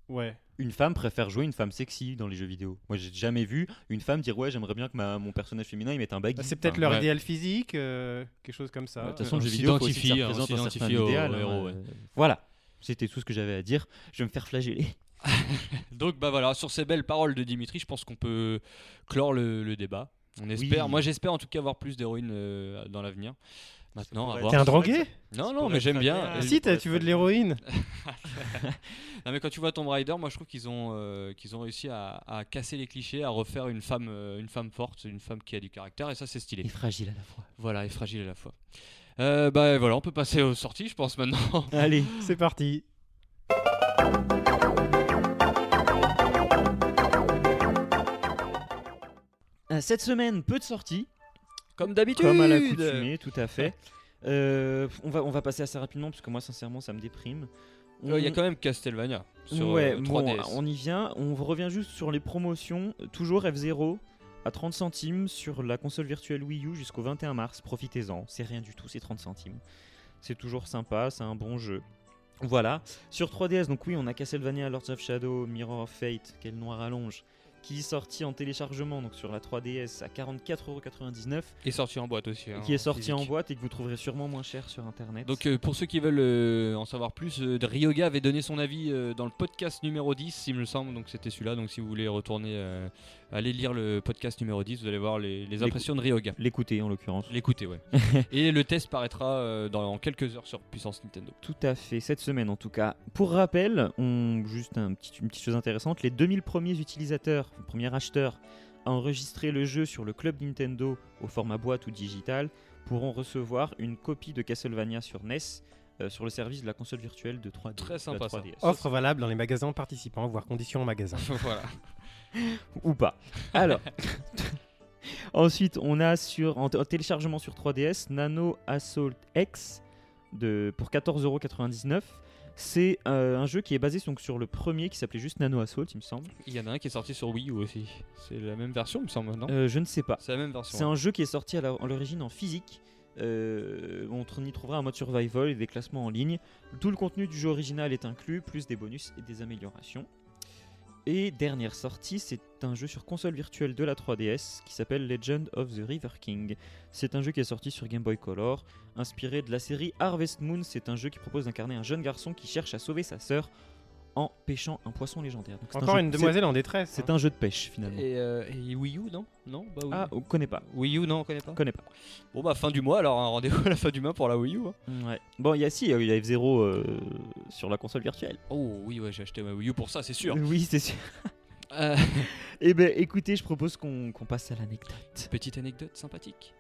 S4: ouais.
S2: Une femme préfère jouer une femme sexy dans les jeux vidéo. Moi, j'ai jamais vu une femme dire ouais, j'aimerais bien que ma- mon personnage féminin il mette un baggy.
S4: Ah, Bah, C'est peut-être
S2: Enfin,
S4: leur
S3: ouais.
S4: idéal physique, euh, quelque chose comme
S2: Ah, ouais,
S4: ça.
S2: De toute façon,
S3: on
S2: le jeu vidéo faut aussi que ça
S3: s'identifie, on
S2: représente un
S3: s'identifie
S2: certain
S3: au-
S2: idéal,
S3: au
S2: hein,
S3: héros, ouais.
S2: euh, Voilà. C'était tout ce que j'avais à dire. Je vais me faire flageller.
S3: Donc bah voilà, sur ces belles paroles de Dimitri, je pense qu'on peut clore le, le débat. On espère,
S2: Oui.
S3: moi j'espère en tout cas avoir plus d'héroïnes euh, dans l'avenir. Maintenant, à
S2: pourrait
S3: voir.
S4: T'es
S2: Ça
S4: un
S2: pourrait
S4: drogué
S2: être-
S3: Non,
S2: Ça
S3: non,
S2: pourrait
S3: mais
S2: être
S3: j'aime
S2: très
S3: bien.
S2: bien.
S3: Euh,
S2: Ah,
S4: Si, t'as-
S2: pourrait
S4: tu
S2: être
S4: veux de
S2: pas *laughs*
S4: l'héroïne
S3: Non, mais quand tu vois Tomb Raider, moi je trouve qu'ils ont, euh, qu'ils ont réussi à, à casser les clichés, à refaire une femme, euh, une femme forte, une femme qui a du caractère, et ça c'est stylé.
S2: Et fragile à la fois.
S3: Voilà, et fragile à la fois. Euh, bah voilà, on peut passer aux sorties, je pense maintenant.
S2: Allez.
S4: C'est parti.
S2: Euh, Cette semaine, peu de sorties.
S3: Comme
S2: *laughs*
S3: d'habitude.
S2: Comme à l'accoutumée, tout à fait. Euh, on, va, on va passer assez rapidement parce que moi, sincèrement, ça me déprime.
S3: Euh, Il y a
S2: On-
S3: quand même Castlevania. sur
S2: ouais,
S3: euh,
S2: bon,
S3: 3DS.
S2: on y vient. On revient juste sur les promotions. Toujours F0 à 30 centimes sur la console virtuelle Wii U jusqu'au 21 mars. Profitez-en. C'est rien du tout, c'est 30 centimes. C'est toujours sympa, c'est un bon jeu. Voilà. Sur 3DS, donc oui, on a Castlevania, Lords of Shadow, Mirror of Fate, quel noir allonge, qui est sorti en téléchargement donc sur la 3DS à 44,99€,
S3: Qui est sorti en boîte aussi. hein,
S2: qui est sorti
S3: physique.
S2: en boîte et que vous trouverez sûrement moins cher sur internet.
S3: Donc euh, pour ceux qui veulent euh, en savoir plus, euh, Ryoga avait donné son avis euh, dans le podcast numéro 10, il me semble, donc c'était celui-là. Donc si vous voulez retourner, euh, allez lire le podcast numéro 10, vous allez voir les, les impressions de Ryoga.
S2: l'écoutez en l'occurrence.
S3: L'écoutez, *laughs* ouais. Et le test paraîtra euh, dans, en quelques heures sur Puissance Nintendo.
S2: Tout à fait, cette semaine en tout cas. Pour rappel, on, juste un petit- une petite chose intéressante, les 2000 premiers utilisateurs, premiers acheteurs à enregistrer le jeu sur le club Nintendo au format boîte ou digital pourront recevoir une copie de Castlevania sur NES euh, sur le service de la console virtuelle de 3D.
S3: Très sympa,
S2: la
S3: ça.
S2: 3DS.
S4: Offre valable dans les magasins participants, voire conditions en magasin.
S3: *laughs* voilà.
S2: Ou pas. Alors, *laughs* ensuite on a sur, en, t- en téléchargement sur 3DS Nano Assault X de, pour 14,99€. C'est euh, un jeu qui est basé donc, sur le premier qui s'appelait juste Nano Assault, il me semble.
S3: Il y en a un qui est sorti sur Wii U aussi. C'est la même version, il me semble, non
S2: Euh, je ne sais pas.
S3: C'est la même version.
S2: C'est un jeu qui est sorti à la- à l'origine en physique. Euh, on tr- y trouvera un mode survival et des classements en ligne. Tout le contenu du jeu original est inclus, plus des bonus et des améliorations. Et dernière sortie, c'est un jeu sur console virtuelle de la 3DS qui s'appelle Legend of the River King. C'est un jeu qui est sorti sur Game Boy Color, inspiré de la série Harvest Moon. C'est un jeu qui propose d'incarner un jeune garçon qui cherche à sauver sa sœur en pêchant un poisson légendaire. Donc c'est un
S4: Encore
S2: jeu-
S4: une demoiselle en détresse.
S2: C'est c'est
S4: hein.
S2: un jeu de pêche finalement.
S3: Et, euh, et Wii U, non Non bah, Wii
S2: Ah,
S3: U.
S2: on connaît pas.
S3: Wii U, non, on connaît pas.
S2: On connaît pas.
S3: Bon, bah, fin du mois, alors un rendez-vous *laughs* à la fin du mois pour la Wii U. hein.
S2: Ouais. Bon, il y a si, il y a F0 euh, sur la console virtuelle.
S3: Oh, oui, ouais, j'ai acheté ma Wii U pour ça, c'est sûr.
S2: Oui, c'est sûr.
S3: Euh,
S2: Eh ben, écoutez, je propose qu'on qu'on passe à l'anecdote.
S3: petite anecdote sympathique.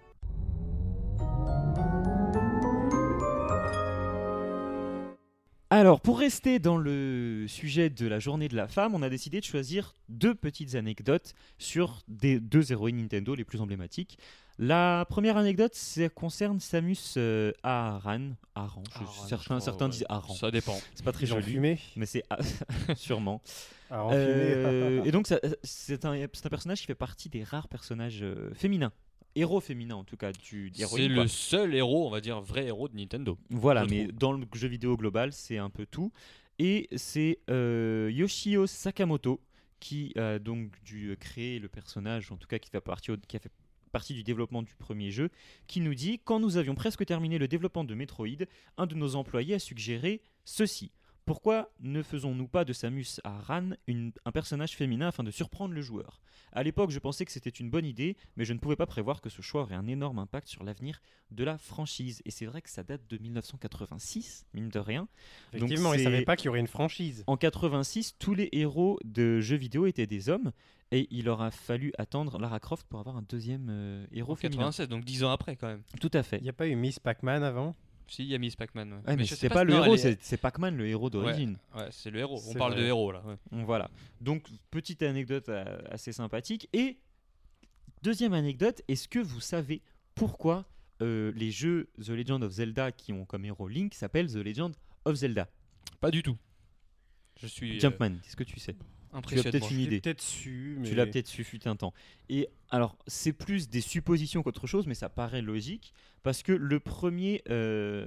S2: Alors, pour rester dans le sujet de la journée de la femme, on a décidé de choisir deux petites anecdotes sur des deux héroïnes Nintendo les plus emblématiques. La première anecdote, ça concerne Samus euh, Aran. Aran, je-
S3: Ah, ouais,
S2: certains,
S3: je crois,
S2: certains
S3: ouais.
S2: disent Aran. *laughs*
S3: Ça dépend.
S2: C'est pas très
S4: Ils ont
S2: joli,
S4: fumé.
S2: mais c'est *laughs* sûrement.
S4: Ah, en
S2: Euh,
S4: fumé.
S2: et donc, ça- c'est un, c'est un personnage qui fait partie des rares personnages euh, féminins. Héros féminins, en tout cas, du des
S3: C'est
S2: héroïnes,
S3: le
S2: quoi.
S3: seul héros, on va dire, vrai héros de Nintendo.
S2: Voilà,
S3: je
S2: mais
S3: trouve.
S2: dans le jeu vidéo global, c'est un peu tout. Et c'est euh, Yoshio Sakamoto qui a donc dû euh, créer le personnage, en tout cas qui fait partie, au- qui a fait partie du développement du premier jeu, qui nous dit Quand nous avions presque terminé le développement de Metroid, un de nos employés a suggéré ceci. Pourquoi ne faisons-nous pas de Samus à Ran une- un personnage féminin afin de surprendre le joueur À l'époque, je pensais que c'était une bonne idée, mais je ne pouvais pas prévoir que ce choix aurait un énorme impact sur l'avenir de la franchise. Et c'est vrai que ça date de 1986, mine de rien.
S4: Effectivement,
S2: donc
S4: ils
S2: c'est-
S4: savaient pas qu'il y aurait une franchise.
S2: En 86, tous les héros de jeux vidéo étaient des hommes, et il aura fallu attendre Lara Croft pour avoir un deuxième euh, héros
S3: En
S2: féminin.
S3: 96, donc 10 ans après quand même.
S2: Tout à fait.
S4: Il n'y a pas eu Miss Pac-Man avant
S3: Si, il y a Miss Pac-Man. ouais.
S2: Ouais, mais,
S3: je
S2: c'est
S3: sais
S2: pas,
S3: si-
S2: le
S3: non, elle
S2: héros,
S3: est-
S2: c'est- c'est Pac-Man le héros d'origine.
S3: Ouais, c'est le héros. On
S4: C'est
S3: parle de
S4: vrai.
S3: héros là. ouais.
S2: Voilà. Donc, petite anecdote euh, assez sympathique. Et deuxième anecdote, est-ce que vous savez pourquoi euh, les jeux The Legend of Zelda qui ont comme héros Link s'appellent The Legend of Zelda
S3: Pas du tout. Je suis euh,
S2: Jumpman, est-ce que tu sais Tu as
S3: impressionné.
S2: peut-être une idée.
S4: Peut-être su, mais
S2: Tu l'as peut-être suffuté un temps. Et alors, c'est plus des suppositions qu'autre chose, mais ça paraît logique, parce que le premier, euh,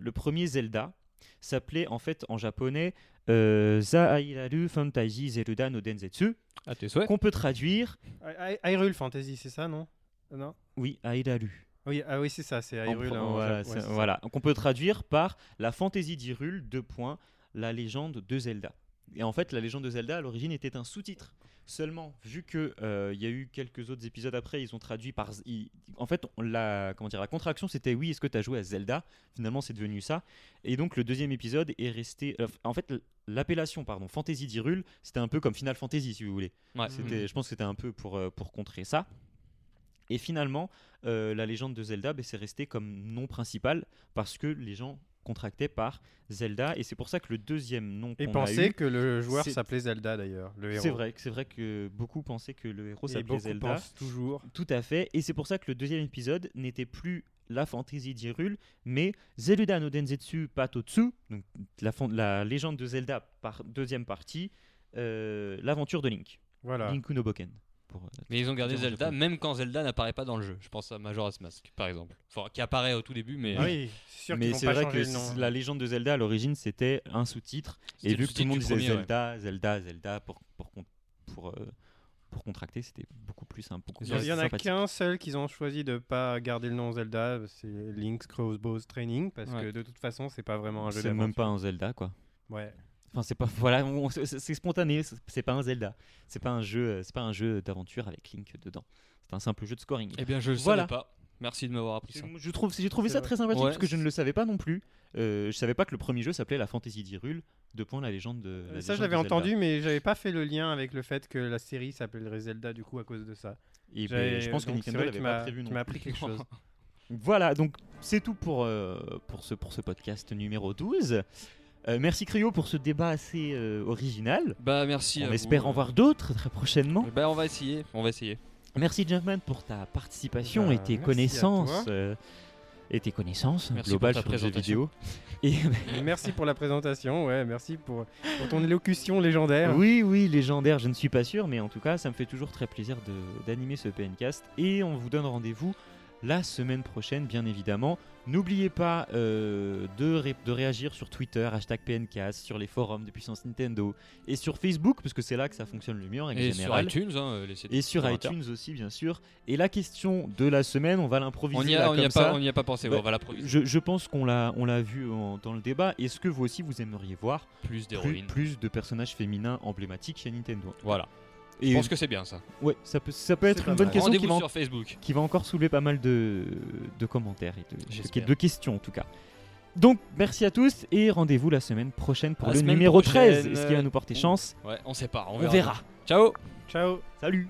S2: le premier Zelda s'appelait en fait en japonais euh, Zairaru Fantasy Zelda no Densetsu,
S3: À tes souhaits.
S2: qu'on peut traduire,
S4: Hy- Hy- Hyrule Fantasy, c'est ça, non Non
S2: oui, Airaru.
S4: oui, ah oui, c'est ça, c'est
S2: En
S4: Hyrule.
S2: pro-
S4: hein, en
S2: voilà,
S4: Jap- ouais,
S2: c'est-
S4: c'est ça.
S2: voilà. qu'on peut traduire par la fantaisie d'Hyrule, deux points, la légende de Zelda. Et en fait, la légende de Zelda à l'origine était un sous-titre. Seulement, vu que euh, il y a eu quelques autres épisodes après, ils ont traduit par. Z- ils- en fait, on- la comment dire, la contraction, c'était oui. Est-ce que tu as joué à Zelda Finalement, c'est devenu ça. Et donc, le deuxième épisode est resté. euh, en fait, l'appellation, pardon, fantaisie d'Hyrule, c'était un peu comme Final Fantasy, si vous voulez.
S3: Ouais. Mm.
S2: C'était, je pense que c'était un peu pour, euh, pour contrer ça. Et finalement, euh, la légende de Zelda, ben, c'est resté comme nom principal parce que les gens contractaient par Zelda et c'est pour ça que le deuxième nom
S4: Et
S2: qu'on a
S4: penser
S2: eu-
S4: que le joueur
S2: c'est-
S4: s'appelait Zelda d'ailleurs, le héros.
S2: c'est vrai, que- c'est vrai que beaucoup pensaient que le héros
S4: Et
S2: s'appelait
S4: beaucoup
S2: Zelda.
S4: pensent toujours.
S2: Tout à fait, et c'est pour ça que le deuxième épisode n'était plus la fantaisie d'Hyrule, mais Zeluda no Densetsu Patotsu, donc la, fan- la légende de Zelda par deuxième partie, euh, l'aventure de Link,
S4: Voilà.
S2: Link no Boken. Pour, euh,
S3: Mais ils ont gardé
S2: Ils ont gardé Zelda.
S3: Zelda, même quand Zelda n'apparaît pas dans le jeu. Je pense à Majora's Mask, par exemple. Enfin, qui apparaît au tout début, mais.
S4: Ah oui, c'est sûr qu'ils
S2: mais
S4: vont
S2: c'est
S4: pas
S2: vrai
S4: changer
S2: que
S4: le nom.
S2: c- la légende de Zelda à l'origine c'était un sous-titre
S3: c'était
S2: et vu que tout
S3: sous-titre
S2: hein. le monde
S3: du
S2: disait
S3: premier, ouais.
S2: Zelda, Zelda, Zelda pour pour con- pour, euh, pour contracter, c'était beaucoup plus simple. beaucoup
S3: Il
S4: Il
S3: y
S4: y,
S2: plus
S4: il y en a
S2: sympathique.
S4: qu'un seul qu'ils ont choisi de pas garder le nom Zelda, c'est Link's Crossbows Training, parce
S3: Ouais.
S4: que de toute façon, c'est pas vraiment un jeu
S2: C'est même
S4: d'aventure.
S2: pas un Zelda quoi.
S4: Ouais.
S2: Enfin c'est pas *laughs* voilà, on- c'est- c'est c'est spontané, c'est- c'est pas un Zelda, c'est pas un jeu, euh, c'est pas un jeu d'aventure avec Link dedans. C'est un simple jeu de scoring.
S3: Eh bien, je le
S2: Voilà.
S3: savais pas. Merci de m'avoir appris ça.
S2: C'est- Je trouve, j'ai trouvé
S4: C'est
S2: ça
S4: vrai.
S2: très sympathique
S3: Ouais.
S2: parce que je ne le savais pas non plus. Euh, je savais pas que le premier jeu s'appelait La Fantaisie d'Hyrule. De point la légende de. la
S4: ça,
S2: légende
S4: je l'avais
S2: de Zelda.
S4: entendu, mais j'avais pas fait le lien avec le fait que la série s'appellerait Zelda du coup à cause de ça.
S2: Et ben,
S4: J'avais-
S2: je pense que
S4: donc, c'est
S2: Nintendo
S4: vrai
S2: l'avait
S4: tu
S2: pas
S4: m'as-
S2: prévu non
S4: Tu m'as
S2: *laughs*
S4: appris quelque chose.
S2: Voilà, donc c'est tout pour, euh, pour, ce, pour ce podcast numéro 12. Euh, merci Cryo pour ce débat assez euh, original.
S3: Bah, merci. à
S2: on
S3: vous.
S2: espère en voir d'autres très prochainement.
S3: Eh ben, on va essayer. On va essayer.
S2: Merci Jumpman pour ta participation
S4: Bah,
S2: et tes
S4: merci à
S2: connaissances.
S4: toi.
S2: euh, et tes connaissances
S3: Merci
S2: globales
S3: pour
S2: sur
S3: ta
S2: les jeux
S3: présentation.
S2: vidéo. Et,
S3: *laughs*
S4: merci pour la présentation, ouais, merci pour, pour ton élocution
S3: Hein.
S4: légendaire.
S2: oui, oui, légendaire, je ne suis pas sûr, mais en tout cas, ça me fait toujours très plaisir de- d'animer ce PNcast. Et on vous donne rendez-vous la semaine prochaine, bien évidemment. N'oubliez pas euh, de, ré- de réagir sur Twitter, hashtag PNcast, sur les forums de Puissance Nintendo, et sur Facebook, parce que c'est là que ça fonctionne le mieux en règle
S3: Et sur
S2: générale.
S3: iTunes, hein, euh, laissez des
S2: et sur
S3: commentaires.
S2: iTunes aussi, bien sûr. Et la question de la semaine, on va l'improviser
S3: On n'y
S2: là,
S3: a, on y
S2: comme
S3: a
S2: ça.
S3: pas, on y a pas pensé.
S2: Bah,
S3: on va la produire.
S2: Je, je pense qu'on l'a on l'a vu en- dans le débat. Est-ce que vous aussi, vous aimeriez voir
S3: Plus
S2: plus,
S3: d'héroïne.
S2: plus de personnages féminins emblématiques chez Nintendo
S3: Voilà.
S2: Et
S3: Je pense que c'est bien ça.
S2: Ouais, ça peut, ça peut
S4: C'est
S2: être
S4: pas
S2: une bonne
S4: mal.
S2: question qui va,
S3: Rendez-vous
S2: en-
S3: sur Facebook.
S2: qui va encore soulever pas mal de, de commentaires et de,
S3: J'espère.
S2: de questions en tout cas. Donc merci à tous et rendez-vous la semaine prochaine pour
S3: La
S2: le
S3: semaine
S2: numéro
S3: prochaine,
S2: 13. Est-ce qu'il va nous porter
S3: euh,
S2: chance
S3: Ouais, on sait pas. On
S2: On
S3: verra.
S2: verra.
S3: Ciao.
S4: Ciao.
S2: Salut